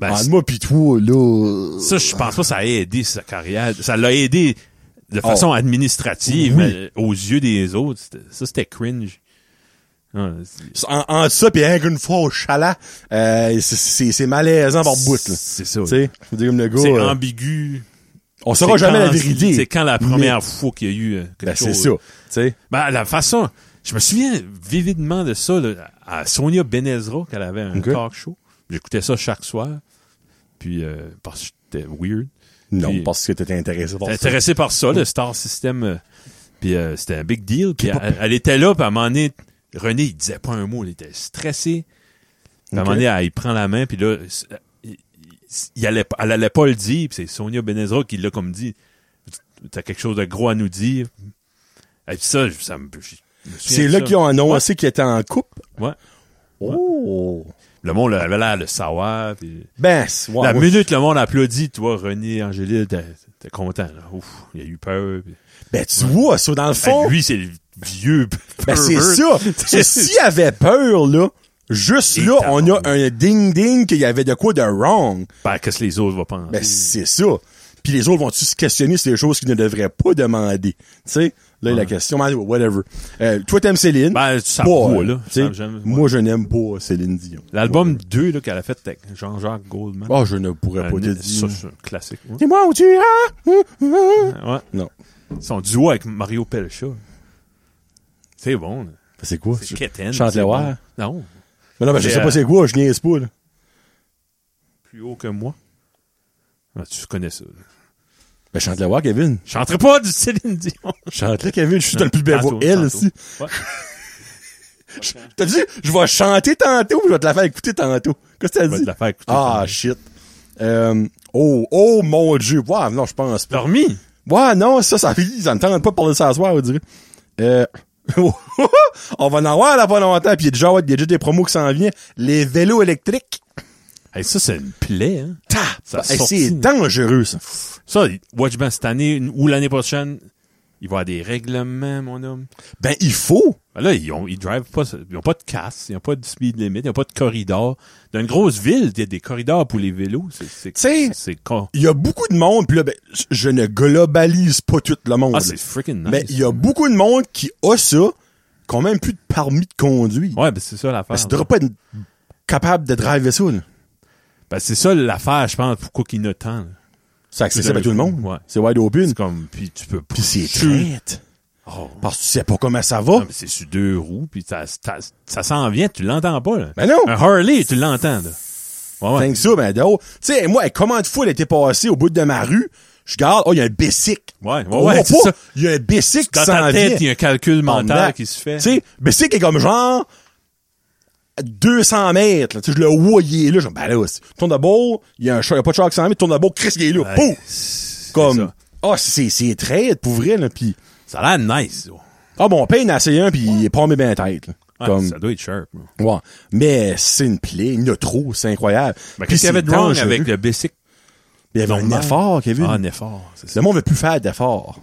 S2: ben,
S1: Entre moi pis toi, là...
S2: Ça, je pense pas que ça a aidé sa carrière. Ça l'a aidé de façon administrative
S1: Oh. Oui.
S2: mais aux yeux des autres. c'était- Ça, c'était cringe. Ah, c'est-
S1: En, en ça, pis rien qu'une fois au chalat, euh, c'est- c'est c'est malaisant par bout, là.
S2: C'est ça.
S1: Tu sais, je veux dire, comme le gars...
S2: C'est
S1: euh,
S2: ambigu.
S1: on saura
S2: C'est
S1: jamais la
S2: quand-
S1: vérité.
S2: C'est quand la première fois qu'il y a eu euh, quelque
S1: Ben, c'est
S2: chose.
S1: ça. Tu sais.
S2: Ben, la façon... Je me souviens vividement de ça, là, à Sonia Benezra, qu'elle avait un
S1: Ok.
S2: talk show. J'écoutais ça chaque soir. Puis, euh, parce que c'était weird.
S1: Non,
S2: Puis-
S1: parce que t'étais intéressé par
S2: T'es
S1: ça.
S2: intéressé par ça, le Star System. euh, Puis euh, c'était un big deal. Puis elle, elle était là, puis à un moment donné, René, il disait pas un mot, il était stressé. Puis à un
S1: Ok.
S2: moment donné, elle, euh, il prend la main, puis là, il, il- il allait, pas- elle allait pas le dire, puis c'est Sonia Benezra qui l'a comme dit. T'as quelque chose de gros à nous dire. Et puis ça, je- ça me. je- je me souviens
S1: C'est
S2: de
S1: là
S2: ça.
S1: qu'ils ont annoncé qu'ils étaient en couple.
S2: Ouais.
S1: Oh.
S2: Le monde avait l'air de le savoir. puis-
S1: Ben, c'est- ouais,
S2: la
S1: ouais.
S2: minute, le monde applaudit. Toi, René, Angélique, t'es t'es content. Là. Ouf, il a eu peur. puis-
S1: ben, tu vois, ça, dans le fond,
S2: Ben, lui, c'est le vieux.
S1: (laughs) ben, c'est ça.
S2: pervers. (laughs)
S1: (laughs) C'est s'il avait peur, là, juste
S2: Et
S1: là, on a
S2: tabarnak.
S1: un ding-ding qu'il y avait de quoi de wrong.
S2: Ben, qu'est-ce que les autres vont penser?
S1: Ben, c'est ça. Puis les autres vont-tu se questionner sur des choses qu'ils ne devraient pas demander? Tu sais, là, la question, mais whatever. Euh, toi, t'aimes Céline?
S2: Ben, ça
S1: Pas, euh,
S2: boit, là.
S1: tu sais.
S2: Ça, j'aime- ouais.
S1: Moi, je n'aime pas Céline Dion.
S2: L'album 2 là, qu'elle a fait avec Jean-Jacques Goldman.
S1: Oh, je ne pourrais
S2: Un-
S1: pas te
S2: ça,
S1: dire.
S2: c'est un classique. ouais.
S1: Dis-moi où tu iras! Hum, hum, hum.
S2: Ouais.
S1: Non.
S2: Son duo avec Mario Pelcha. C'est bon. là.
S1: C'est quoi?
S2: C'est quétaine.
S1: Chante
S2: c'est
S1: le
S2: bon.
S1: voir.
S2: Non.
S1: Mais non, mais je
S2: C'est,
S1: sais
S2: euh,
S1: pas c'est quoi, je niaise pas, là.
S2: Plus haut que moi. Ah, tu connais ça. là.
S1: Ben, chante-le voir, Kevin.
S2: Je chanterai pas du Céline
S1: (laughs)
S2: Dion.
S1: Chante-le, Kevin. Je suis dans le plus belle voix.
S2: Tantôt,
S1: Ben, Elle
S2: tantôt.
S1: aussi.
S2: Ouais.
S1: T'as dit, je vais chanter tantôt, puis je vais te la faire écouter tantôt. Qu'est-ce que t'as
S2: Je vais
S1: dit?
S2: te la faire écouter
S1: Ah,
S2: tantôt.
S1: shit. Euh, oh, oh, mon Dieu. Wow, non, je pense pas.
S2: Dormi.
S1: Ouais, non, ça, ça, ça me tente pas de parler de ça à soir, on dirait. Euh, (laughs) on va en avoir là pas longtemps, puis il y a déjà, ouais, il y a déjà des promos qui s'en viennent. Les vélos électriques.
S2: Hey, ça, c'est une plaie. Hein.
S1: Ta! ben,
S2: Ça a
S1: Hey,
S2: sorti.
S1: c'est dangereux, ça.
S2: Ça, Watchman, cette année une- ou l'année prochaine, il va y avoir des règlements, mon homme.
S1: Ben, il faut.
S2: Ben là, ils ont, ils drivent pas, ils ont pas de casse, ils ont pas de speed limit, ils ont pas de corridor. Dans une grosse ville, il y a des corridors pour les vélos. C'est, c'est,
S1: Tu sais,
S2: c'est con.
S1: Il y a beaucoup de monde, puis là, ben, je ne globalise pas tout le monde.
S2: Ah,
S1: là.
S2: c'est freaking nice.
S1: Mais il y a beaucoup de monde qui a ça, qui ont même plus de permis de conduire.
S2: Ouais, ben c'est ça l'affaire.
S1: Ben, ça devrait pas être capable de driver ça, là.
S2: Ben, c'est ça l'affaire, je pense, pourquoi qu'ils ne tant. là.
S1: C'est accessible à tout le monde.
S2: Ouais.
S1: C'est wide open.
S2: C'est comme, puis tu peux pas.
S1: Puis c'est
S2: Tu-
S1: traite.
S2: Oh.
S1: Parce que tu sais pas comment ça va.
S2: Non, mais c'est sur deux roues, puis ça, ça, ça s'en vient, tu l'entends pas, là.
S1: Ben non.
S2: Un Harley, tu l'entends, là. Ouais, ouais.
S1: Fait que ça, ben, dehors. Tu sais, moi, hey, comment de fois elle était passée au bout de ma rue? Je garde, oh, il y a un bessic.
S2: Ouais, ouais,
S1: On
S2: ouais,
S1: voit
S2: c'est
S1: pas,
S2: ça.
S1: Il y a un bessic qui
S2: Dans
S1: s'en
S2: ta
S1: vient.
S2: tête, il y a un calcul mental qui se fait.
S1: Tu sais, bessic est comme genre, 200 mètres, là. Tu sais, je le vois, il est là. Je dis, ben là, c'est- tourne de bord, il y a un chat, il y a pas de chat qui s'en vient, tourne de bord, Chris, il est là.
S2: Ouais,
S1: Pouf!
S2: c'est
S1: comme
S2: Ça.
S1: ah c'est c'est traite pour vrai là puis
S2: Ça a l'air nice, ça.
S1: ah bon Payne a essayé un puis il est pas mis bien tête là.
S2: Ouais,
S1: comme Ben,
S2: Ça doit être sharp, là.
S1: ouais mais c'est une plaie il y en a trop c'est incroyable
S2: Ben,
S1: Puis
S2: qu'est-ce qu'il y avait
S1: c'est
S2: de wrong
S1: dangereux.
S2: avec le basic?
S1: il y avait un
S2: normal?
S1: effort Kevin
S2: Ah, un effort, c'est ça.
S1: le monde veut plus faire d'efforts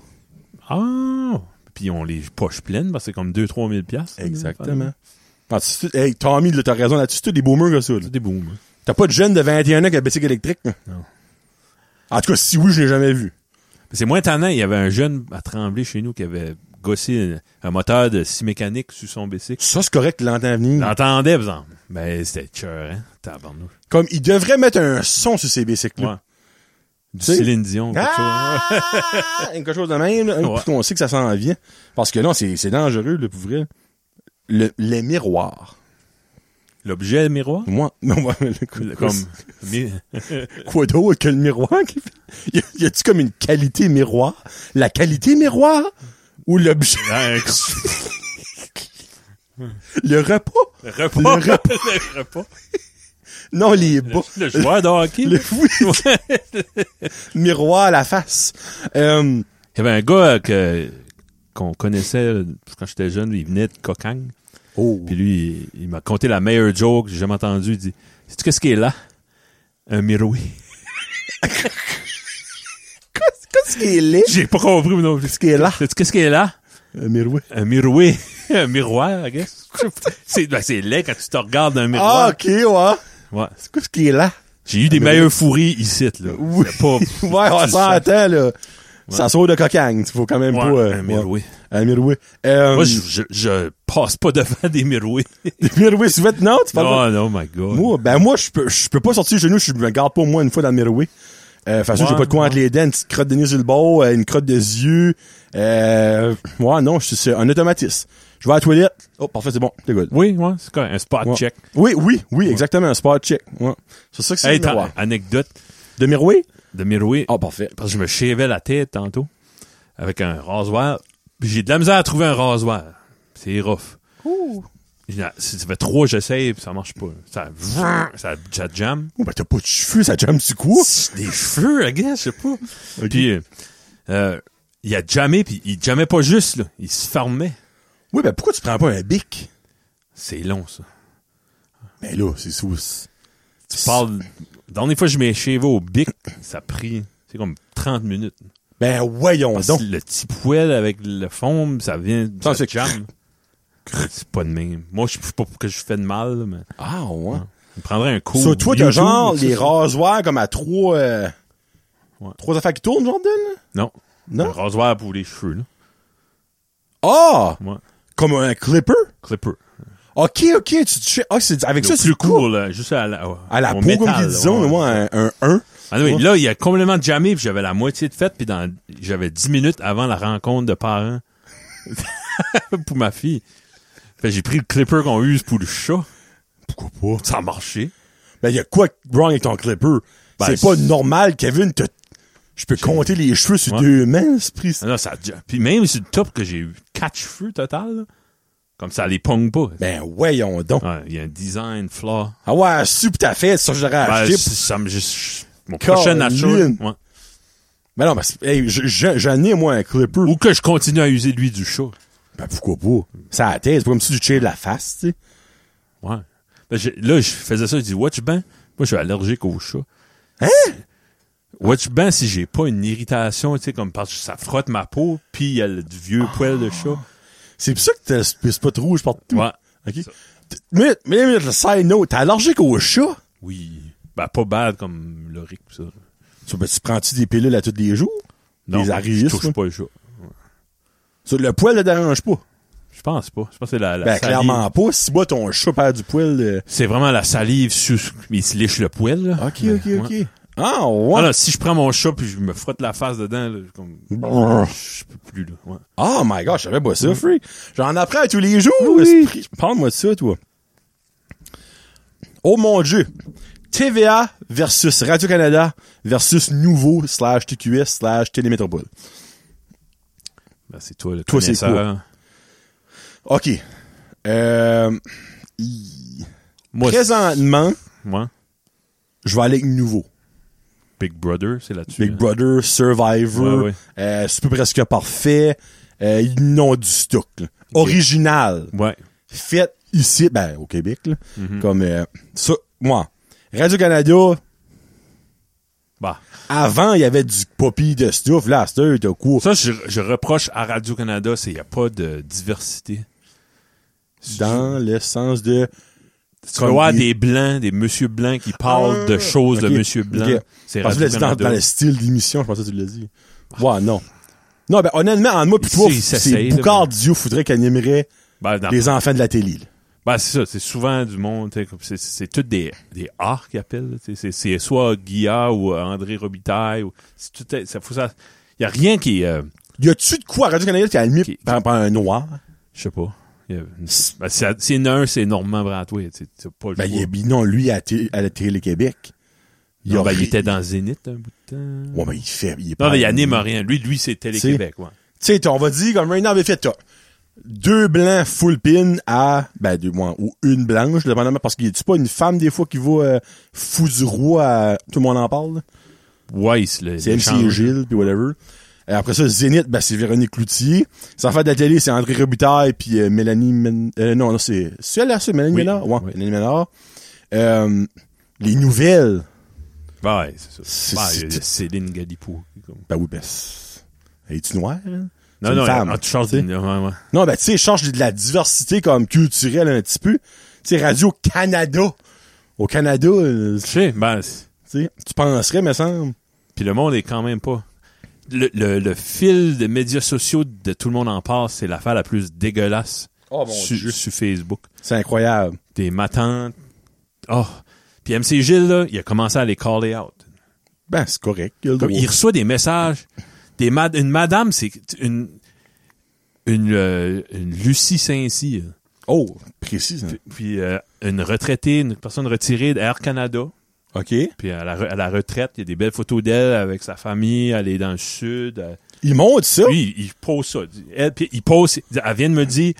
S2: Ah! Puis on les poches pleines, parce que c'est comme 2-3 000 piastres. là,
S1: exactement Ah, tu- tu- hey, Tommy, là, t'as raison là-dessus, c'est tous des boomers comme ça. là.
S2: C'est des booms. hein.
S1: T'as pas de jeune de 21 ans qui a bicycle électrique? là?
S2: Non.
S1: En tout cas, si oui, je l'ai jamais vu.
S2: C'est moins tannant. Il y avait un jeune à Tremblay chez nous qui avait gossé un, un moteur de six mécaniques sous son bicycle.
S1: Ça, c'est correct, l'entend venir.
S2: L'entendais, par exemple. Ben, c'était cheur, hein? Tabarnouche.
S1: Comme, il devrait mettre un son sur ces bicycles-là.
S2: Ouais. Du
S1: sais-
S2: Céline Dion, quelque chose.
S1: Ah! quelque chose de même, là, hein,
S2: Ouais.
S1: parce qu'on sait que ça s'en vient. Parce que non, c'est c'est dangereux, le pour vrai. Le- les miroirs.
S2: L'objet miroir?
S1: Moi, (laughs) non, moi, le- quoi,
S2: Comme. mi- (laughs)
S1: quoi d'autre que le miroir? qui fait- Y a- y a-tu comme une qualité miroir? La qualité miroir? Ou l'objet? (laughs)
S2: un
S1: Le repas?
S2: repas.
S1: Le
S2: (laughs) Le repas.
S1: Non, les bas.
S2: Le joueur de hockey.
S1: Le
S2: là. (laughs)
S1: oui, miroir à la face. Euh,
S2: Il y avait un gars que- qu'on connaissait euh, quand j'étais jeune, il venait de Cocagne.
S1: oh.
S2: Puis lui, il, il m'a conté la meilleure joke que j'ai jamais entendue. Il dit Sais-tu qu'est-ce qui est là Un miroir. (laughs)
S1: Qu'est-ce qui est laid?
S2: J'ai pas compris, mais non.
S1: Qu'est-ce qui est là?
S2: Sais-tu qu'est-ce qui est là
S1: Un miroir.
S2: Un miroir. (laughs) un miroir, I guess. c'est ben, c'est laid quand tu te regardes dans un
S1: Ah,
S2: miroir.
S1: ok, ouais.
S2: Ouais.
S1: Qu'est-ce qui est
S2: (laughs)
S1: là?
S2: J'ai eu des
S1: miroir.
S2: meilleurs fourris ici, là.
S1: Oui.
S2: C'est
S1: (laughs)
S2: Pas...
S1: Ouais, on
S2: Tu le sens.
S1: s'entend, là. Ça sort de cocagne. Il faut quand même
S2: Ouais,
S1: pas... euh,
S2: un miroir.
S1: ouais. Un miroir. Euh,
S2: Moi,
S1: (laughs)
S2: je, je, je passe pas devant (laughs) des miroirs.
S1: Des miroirs souvent, non? Tu parles
S2: oh, non, my God.
S1: pas? Moi, ben moi, je peux, je peux pas sortir chez nous. Je me garde pas moi une fois dans le miroir. Euh, fait que j'ai
S2: Ouais,
S1: pas de quoi entre les dents, une petite crotte de nez sur le bord, euh, une crotte de yeux. Euh, ouais, non, je- c'est un automatisme. Je vais à la toilette. Oh, parfait, c'est bon. T'es good.
S2: Oui, ouais, c'est correct. Un spot
S1: Ouais.
S2: check.
S1: Oui, oui, oui, exactement. Un spot check. Ouais. C'est ça que c'est
S2: Hey,
S1: le miroir.
S2: t'as- anecdote
S1: De miroir?
S2: de miroir.
S1: Oh, parfait.
S2: parce que je me chévais la tête tantôt avec un rasoir. Puis J'ai de la misère à trouver un rasoir. C'est rough. Là, Ça ça fait trois j'essaye, puis ça marche pas. Ça, ça, ça jam.
S1: Oh, ben t'as pas de cheveux, ça jamme du cou.
S2: Des cheveux, I guess, je sais pas. (laughs) Puis, euh, euh, il a jamais, puis il jamais pas juste, là. Il se fermait.
S1: Oui, ben pourquoi tu prends pas un bic?
S2: C'est long, ça.
S1: Ben là, c'est sous.
S2: Tu parles. La dernière fois que je m'échevais au bic, ça a pris, c'est comme 30 minutes.
S1: Ben voyons
S2: Parce
S1: donc.
S2: que le petit poêle avec le fond, ça vient.
S1: Ça,
S2: Ça
S1: c'est-
S2: jam. C'est pas de même. Moi, je sais pas pour que je fais de mal, là, mais
S1: Ah ouais.
S2: il me prendrait un coup.
S1: Sur toi, t'as genre
S2: YouTube,
S1: les
S2: ça, ça.
S1: rasoirs comme à trois. euh,
S2: Ouais.
S1: Trois affaires qui tournent, genre, d'elle, là?
S2: Non.
S1: Non?
S2: Un rasoir pour les cheveux, là.
S1: Ah!
S2: Ouais.
S1: Comme un clipper?
S2: Clipper.
S1: Ok, ok, tu te fais- Ah, c'est avec ça,
S2: le
S1: c'est
S2: plus
S1: plus
S2: court, là. Juste à la, ouais,
S1: À la peau,
S2: au
S1: comme
S2: métal,
S1: ils disent,
S2: ouais.
S1: moi, un, un 1.
S2: Ah oui,
S1: Ouais.
S2: là, il a complètement jammé, puis j'avais la moitié de fête, puis dans, j'avais 10 minutes avant la rencontre de parents (laughs) pour ma fille. Fait que j'ai pris le clipper qu'on use pour le chat.
S1: Pourquoi pas?
S2: Ça a marché.
S1: Ben, y a quoi wrong avec ton clipper?
S2: Ben,
S1: c'est pas
S2: c'est-
S1: normal, Kevin, te- Je peux compter les cheveux sur
S2: Ouais.
S1: deux mains, ce prix.
S2: Ah non, ça a jam- Puis même sur le top que j'ai eu 4 cheveux total, là, comme ça les pongue pas.
S1: Ben, voyons donc.
S2: Ouais, il y a un design flaw.
S1: Ah ouais, soupe ta fête, ça, je l'aurais
S2: Ben,
S1: acheté.
S2: c'est- ça me juste... Mon
S1: Ah, Colin.
S2: prochain achat, ouais.
S1: Ben non, ben, c'est- hey, je- je- j'en ai, moi, un clipper.
S2: Ou que je continue à user lui du chat.
S1: Ben, pourquoi pas? Ça a la tête, c'est pas comme si tu tires de la face, tu sais.
S2: Ouais. Ben, j'ai- là, je faisais ça, je dis Watch ben, moi je suis allergique au chat.
S1: Hein?
S2: Watch ben si j'ai pas une irritation, tu sais, comme parce que ça frotte ma peau, puis il y a le, du
S1: Ah.
S2: vieux poil de chat.
S1: C'est pour ça que t'as ce spot rouge partout.
S2: Ouais.
S1: Ok.
S2: Ça.
S1: T- Mais, mais, mais, le side note, t'es allergique au chat?
S2: Oui. Ben, pas bad comme le riz, ça.
S1: Tu, ben, tu prends-tu des pilules à tous les jours?
S2: Non,
S1: Des
S2: je
S1: arrivistes,
S2: touche
S1: moi.
S2: pas le chat.
S1: Ça, le poil ne dérange pas.
S2: Je pense pas. Je pense que c'est la, la
S1: Ben,
S2: salive.
S1: clairement pas. Si moi, ton chat perd du poil. euh,
S2: C'est vraiment la salive sur. Il se liche le poil, là.
S1: Ok,
S2: Mais,
S1: ok,
S2: ouais.
S1: ok. Ah, ouais.
S2: Ah, là, si je prends mon chat puis je me frotte la face dedans, là, comme,
S1: Brrr.
S2: je peux plus, là. Ouais.
S1: Oh my god, je savais pas ça, Free. J'en apprends à tous les jours. esprit. Parle-moi de ça, toi. Oh mon dieu. TVA versus Radio-Canada versus Nouveau slash TQS slash Télémétropole.
S2: Ben, c'est toi, le
S1: Toi, c'est
S2: connaisseur.
S1: OK. Euh, y-
S2: Moi,
S1: présentement,
S2: moi,
S1: je vais aller avec Nouveau.
S2: Big Brother, c'est là-dessus.
S1: Big
S2: hein.
S1: Brother, Survivor,
S2: Ouais, ouais.
S1: euh, c'est peu presque parfait. Euh, ils n'ont du stock. là. Original.
S2: Ouais.
S1: fait ici, ben, au Québec, là.
S2: Mhm.
S1: Comme, euh, ça, moi, Radio-Canada,
S2: Bah.
S1: avant, il y avait du poppy de stuff, là, c'est t'as quoi?
S2: Ça, je, je reproche à Radio-Canada, c'est qu'il n'y a pas de diversité.
S1: Dans le sens de...
S2: Tu vas voir des blancs, des monsieur blancs qui parlent de choses
S1: Ah. Ok,
S2: de monsieur blanc.
S1: ok.
S2: C'est
S1: Parce que tu l'as dit dans, dans
S2: Radio-Canada.
S1: le style d'émission, je pensais que tu l'as dit. Ouais, non. Non, ben, honnêtement, en moi, pis
S2: Ici,
S1: toi,
S2: ils
S1: c'est
S2: s'essayent, là,
S1: Boucard
S2: mais-
S1: Dieu faudrait qu'elle aimerait
S2: Ben, dans-
S1: les enfants de la télé, là.
S2: ben, c'est ça, c'est souvent du monde, tu sais, comme c'est- c'est tout des, des arts qu'ils appellent, là, tu sais, c'est c'est soit Guilla ou euh, André Robitaille, ou, c'est tout, est- ça, faut ça, il y a rien qui, est, euh,
S1: Y a-tu de quoi à Radio-Canada qui a admis
S2: Qui-
S1: par, par un noir?
S2: je sais pas, il y a une- ben, c'est- c'est une- un, c'est Normand Brantway, tu sais, c'est pas le
S1: Ben,
S2: choix.
S1: il est- non, lui, à la télé- à la Télé-Québec. il
S2: Non,
S1: a
S2: ben, il
S1: ri-
S2: était dans Zénith un bout de temps.
S1: Ouais, mais il fait, il est
S2: Non,
S1: pas-
S2: mais il anime rien. Lui, lui, c'est Télé-Québec, ouais.
S1: tu sais, t'as- on va dire, comme Raynor avait fait, t'as deux blancs full pin à, ben, deux, moins, ou une blanche, dépendamment, parce qu'il y a pas une femme, des fois, qui va euh, fou du roi à, tout le monde en parle, là.
S2: Ouais, il se le-
S1: c'est
S2: il
S1: MC
S2: change.
S1: Gilles, puis whatever. Et après ça, Zénith, ben, c'est Véronique Cloutier. Ça fait de la télé, c'est André Robitaille, puis euh, Mélanie, Men- euh, non, non, c'est, c'est elle, là, c'est Mélanie
S2: Oui,
S1: Ménard? Ouais,
S2: oui.
S1: Mélanie Ménard. Euh, les nouvelles.
S2: Ben, Ouais, c'est
S1: C'est-
S2: ça. Ouais, il y a
S1: c'est-
S2: Céline Galipo. comme-
S1: Ben oui, ben, c'est- es-tu noire, elle? C'est
S2: Non,
S1: une
S2: non,
S1: femme,
S2: ah, tu changes
S1: tu sais.
S2: de... Ouais, ouais.
S1: Non, ben, tu sais, change de la diversité comme culturelle un petit peu. Tu sais, Radio-Canada. Au Canada, euh,
S2: Je sais, ben... c'est-
S1: tu sais, tu penserais, me semble.
S2: Puis le monde est quand même pas... Le, le, le fil de médias sociaux de tout le monde en parle, c'est l'affaire la plus dégueulasse
S1: Oh,
S2: sur, sur Facebook.
S1: C'est incroyable.
S2: Des matantes... Oh! Puis MC Gilles, là, il a commencé à les caller out.
S1: Ben, c'est correct. Il, a le
S2: Comme
S1: droit.
S2: il reçoit des messages. Des mad- une madame, c'est une une, euh, une Lucie Saint-Cyr,
S1: Oh, précis. hein.
S2: puis, puis, euh, une retraitée, une personne retirée d'Air Canada.
S1: OK.
S2: Puis à la, re- à la retraite, il y a des belles photos d'elle avec sa famille, elle est dans le sud. euh, elle-
S1: Il monte ça.
S2: Lui, il, il pose ça. Elle, puis il pose, elle vient de me dire,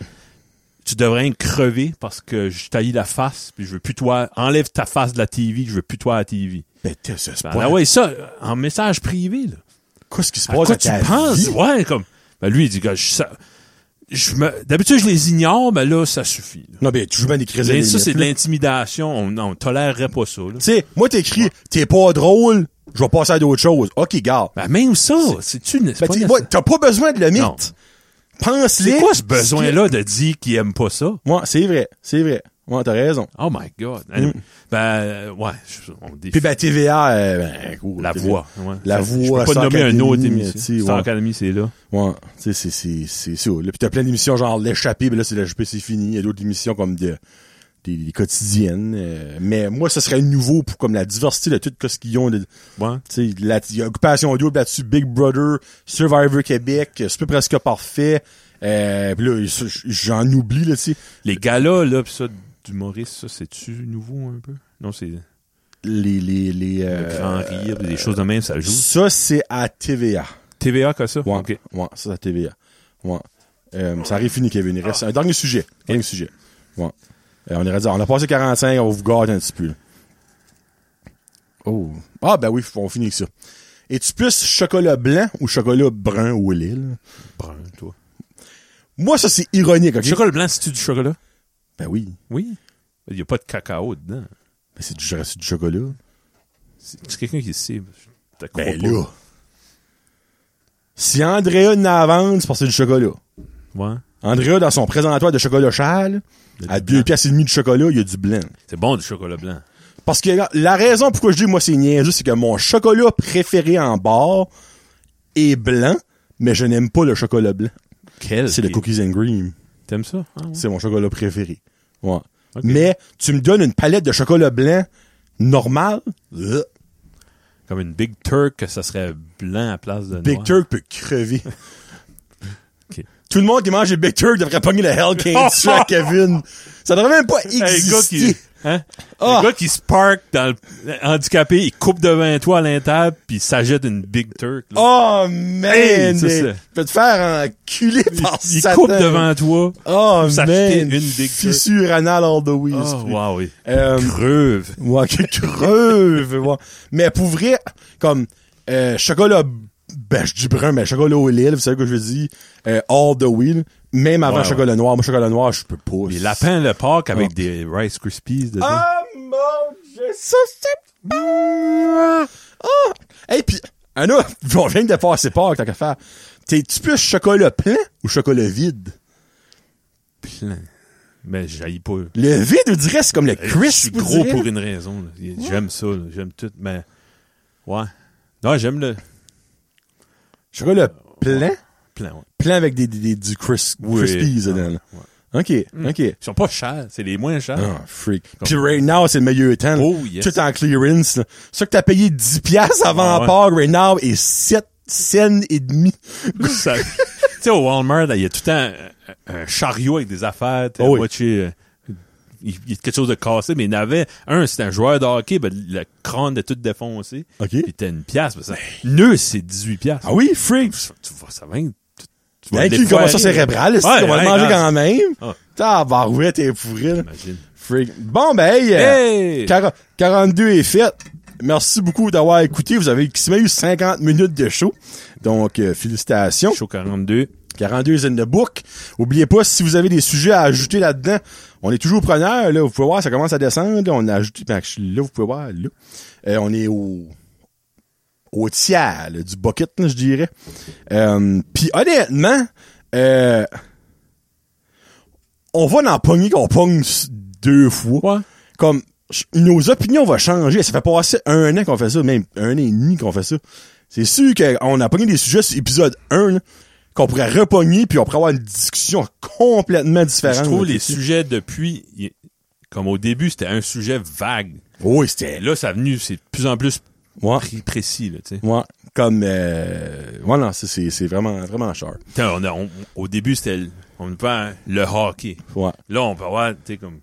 S2: tu devrais être crevé parce que je taillis la face, puis je veux plus toi, enlève ta face de la TV, je veux plus toi à la TV.
S1: Ben, t'es ce
S2: Ben,
S1: sport.
S2: ah ouais, ça, en message privé, là.
S1: Qu'est-ce qui se
S2: À
S1: passe
S2: quoi
S1: à
S2: tu
S1: ta
S2: penses?
S1: vie?
S2: Ouais, comme. Ben, lui, il dit, gars, je, ça, je me, d'habitude, je les ignore, mais là, ça suffit, là.
S1: Non, ben, tu joues bien des crises
S2: Mais
S1: de
S2: ça,
S1: limites,
S2: c'est de
S1: là.
S2: l'intimidation. On, on tolérerait pas ça, là.
S1: Tu sais, moi, t'écris, t'es pas drôle, je vais passer à d'autres choses. OK, garde.
S2: Ben, même ça, c'est-tu une, c'est
S1: Ben,
S2: pas
S1: tu
S2: une-
S1: vois, t'as pas besoin de le
S2: Non.
S1: mythe. Pense-le.
S2: C'est quoi ce besoin-là de dire qu'il aime pas ça?
S1: Moi, c'est vrai, c'est vrai. Moi, t'as raison.
S2: Oh my God. Anyway, Ben, euh, ouais, je- on dit
S1: Mm. Puis ben, TVA, euh, ben, cool,
S2: la
S1: TVA.
S2: voix. ouais.
S1: La
S2: Ça,
S1: voix,
S2: Je peux pas
S1: Star
S2: nommer un autre
S1: Academy,
S2: émission.
S1: tu sais,
S2: Star
S1: ouais.
S2: Academy, c'est là.
S1: Ouais, tu sais, c'est, c'est, c'est ça. Là, puis t'as plein d'émissions genre l'échappée, puis là, c'est l'échappée, c'est fini. Il y a d'autres émissions comme de, des, des quotidiennes. euh, mais moi, ce serait nouveau pour comme la diversité de tout ce qu'ils ont. de- Tu
S2: Ouais.
S1: sais, la- il y a Occupation Double là-dessus, Big Brother, Survivor Québec, euh, Super Presque Parfait. Euh, puis là, ça, j'en oublie, là, tu sais.
S2: Les galas, là, pis ça, d'humoriste, ça, c'est-tu nouveau un peu? Non, c'est
S1: Les, les, les,
S2: le
S1: euh,
S2: grand rire, des choses de même, ça joue.
S1: ça, c'est à TVA.
S2: TVA, comme ça?
S1: Ouais,
S2: Ok.
S1: ouais, ça, c'est à TVA. Ouais. Euh, ça arrive fini, Kevin. Il reste
S2: Ah.
S1: un dernier sujet. Dernier sujet. Ouais. Euh, on irait dire, on a passé 45, on vous garde un petit peu. là. Oh. Ah, ben oui, on finit avec ça. Es-tu plus chocolat blanc ou chocolat brun au lait, là?
S2: Brun, toi.
S1: Moi, ça, c'est ironique, ok?
S2: Le Chocolat blanc, c'est-tu du chocolat?
S1: Ben oui.
S2: Oui. Il n'y a pas de cacao dedans.
S1: Ben, c'est du, c'est du chocolat.
S2: C'est c'est quelqu'un qui sait. Je te crois
S1: Ben
S2: pas.
S1: là. Si Andrea n'avance, c'est parce que c'est du chocolat.
S2: Ouais.
S1: Andrea, dans son présentatoire de chocolat châle,
S2: Il y a
S1: à
S2: du
S1: deux
S2: blanc.
S1: pièces et demie de chocolat, il y a du blanc.
S2: C'est bon, du chocolat blanc.
S1: Parce que la- la raison pourquoi je dis moi c'est niaiseux, c'est que mon chocolat préféré en bar est blanc, mais je n'aime pas le chocolat blanc.
S2: Quel?
S1: C'est le cookies and cream.
S2: T'aimes ça? Ah, ouais.
S1: C'est mon chocolat préféré. Ouais.
S2: Ok.
S1: Mais tu me donnes une palette de chocolat blanc normal, euh,
S2: Comme une Big Turk, que ça serait blanc à place de
S1: Big
S2: noir.
S1: Turk peut crever.
S2: (laughs) Ok.
S1: Tout le monde qui mange des Big Turk devrait pogner le Hell
S2: (laughs)
S1: Candy à Kevin. Ça devrait même pas
S2: Hey, le gars
S1: exister.
S2: qui, hein?
S1: Ah!
S2: Le gars qui se parque dans le handicapé, il coupe devant toi à l'intérieur, puis il s'ajoute une Big Turk. là.
S1: Oh, man!
S2: Hey, ça,
S1: mais
S2: c'est-
S1: Tu peux te faire enculer par
S2: il
S1: Satan.
S2: coupe devant toi.
S1: Oh,
S2: s'acheter
S1: man!
S2: une Big Turk.
S1: Fissure anale all the way.
S2: Oh,
S1: c'est-
S2: wow, oui.
S1: Euh,
S2: Creuve.
S1: ouais, qui creuve, ouais. Mais pour vrai, comme, euh, chocolat, ben, je dis brun, mais chocolat au lait, vous savez que je veux dire, euh, all the way, là. même avant
S2: Ouais, ouais.
S1: chocolat noir. Moi, chocolat noir, je peux pas.
S2: Les lapins, le parc avec
S1: Ah.
S2: des Rice Krispies dedans.
S1: Oh. Ah, mon Dieu, ça, c'est bon! Ah! Hey, pis, un autre, on vient de passer pas, tant qu'à faire. T'es-tu plus chocolat plein ou chocolat vide?
S2: Plein. Mais j'aille pas.
S1: Le vide, on dirait, c'est comme le
S2: Euh, Je
S1: crisp.
S2: suis
S1: on
S2: gros
S1: dirait.
S2: pour une raison. là. J'aime ça, là. j'aime tout, mais ouais. Non, j'aime le
S1: Chocolat plein?
S2: plein. ouais.
S1: plein avec des, des, des- du crisp,
S2: Oui.
S1: crispies dedans.
S2: Ouais. Hmm.
S1: là. OK, OK.
S2: Ils sont pas chers, c'est les moins chers.
S1: Oh, freak. Puis right now, c'est le meilleur temps. là.
S2: Oh, yes.
S1: Tout en clearance. Là. Ça que t'as payé 10 piastres avant
S2: Ah, ouais.
S1: part, right now, et 7 cents et demi.
S2: Ça- (laughs) tu sais, au Walmart, là, il y a tout le temps euh, un, un chariot avec des affaires. tu sais,
S1: Oh oui.
S2: à moitié, euh, il il y a quelque chose de cassé, mais il y en avait un, c'était un joueur de hockey, ben, le crâne était tout défoncé.
S1: OK.
S2: Puis t'as une pièce. Ben, ça, nœud, c'est 18 piastres.
S1: Ah oui, freak.
S2: Tu vois, ça va. être- Tu, tu vas
S1: T'as
S2: le
S1: une commotion
S2: défoirer, là.
S1: cérébrale, c'est
S2: Ouais,
S1: on va
S2: euh, ouais,
S1: le manger
S2: grave.
S1: quand même.
S2: Ah.
S1: T'as bah ouais, t'es pourri. là.
S2: Imagine.
S1: Freak. Bon, ben, hey, euh,
S2: Hey!
S1: quar- 42 est fait. Merci beaucoup d'avoir écouté. Vous avez quasiment eu 50 minutes de show. Donc, euh, félicitations.
S2: Show 42.
S1: 42 in the book. Oubliez pas, si vous avez des sujets à ajouter là-dedans, on est toujours preneur. Là, vous pouvez voir, ça commence à descendre. On a ajouté, ben, je suis là, vous pouvez voir, là. Euh, on est au, au tiers là, du bucket, là, je dirais. Euh, Puis honnêtement, euh, on va en pogner qu'on pogne s- deux fois.
S2: Ouais.
S1: Comme, ch- nos opinions vont changer. Ça fait passer un an qu'on fait ça, même un an et demi qu'on fait ça. C'est sûr qu'on a pogné des sujets sur épisode 1, là, qu'on pourrait repogner, puis on pourrait avoir une discussion complètement différente.
S2: Je trouve les
S1: là-dessus.
S2: sujets depuis, y- comme au début, c'était un sujet vague.
S1: Oui,
S2: Et
S1: c'était...
S2: là, ça a venu, c'est de plus en plus
S1: Ouais.
S2: pré- précis. Là, tu sais.
S1: Ouais, comme... Euh, ouais, non, c'est- c'est c'est vraiment, vraiment cher.
S2: Putain, on a- on- au début, c'était le- on peut pas hein, le hockey.
S1: Ouais.
S2: Là, on peut avoir tu sais, comme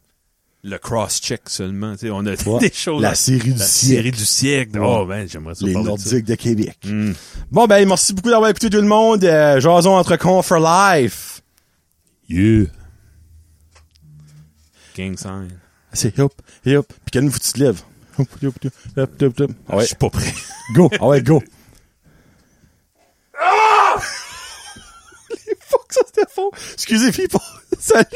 S2: le cross-check seulement. tu sais. On a
S1: Ouais.
S2: (laughs) des choses.
S1: La série du
S2: La
S1: siècle.
S2: série du siècle.
S1: Ouais.
S2: Oh, ben, j'aimerais ça
S1: Les
S2: parler de ça.
S1: Nordiques de Québec.
S2: Hmm.
S1: Bon, ben, merci beaucoup d'avoir écouté tout le monde. Euh, Jason entre cons for life.
S2: Yeah. Gang sign.
S1: C'est hop, hop. Puis quand vous tu te lèves. Hop, hop, hop, hop, hop, hop. Ah ouais,
S2: Je suis pas prêt.
S1: go. Ah ouais, go. Ah! (laughs) Les fucks, ça c'était faux. Excusez, people. Salut.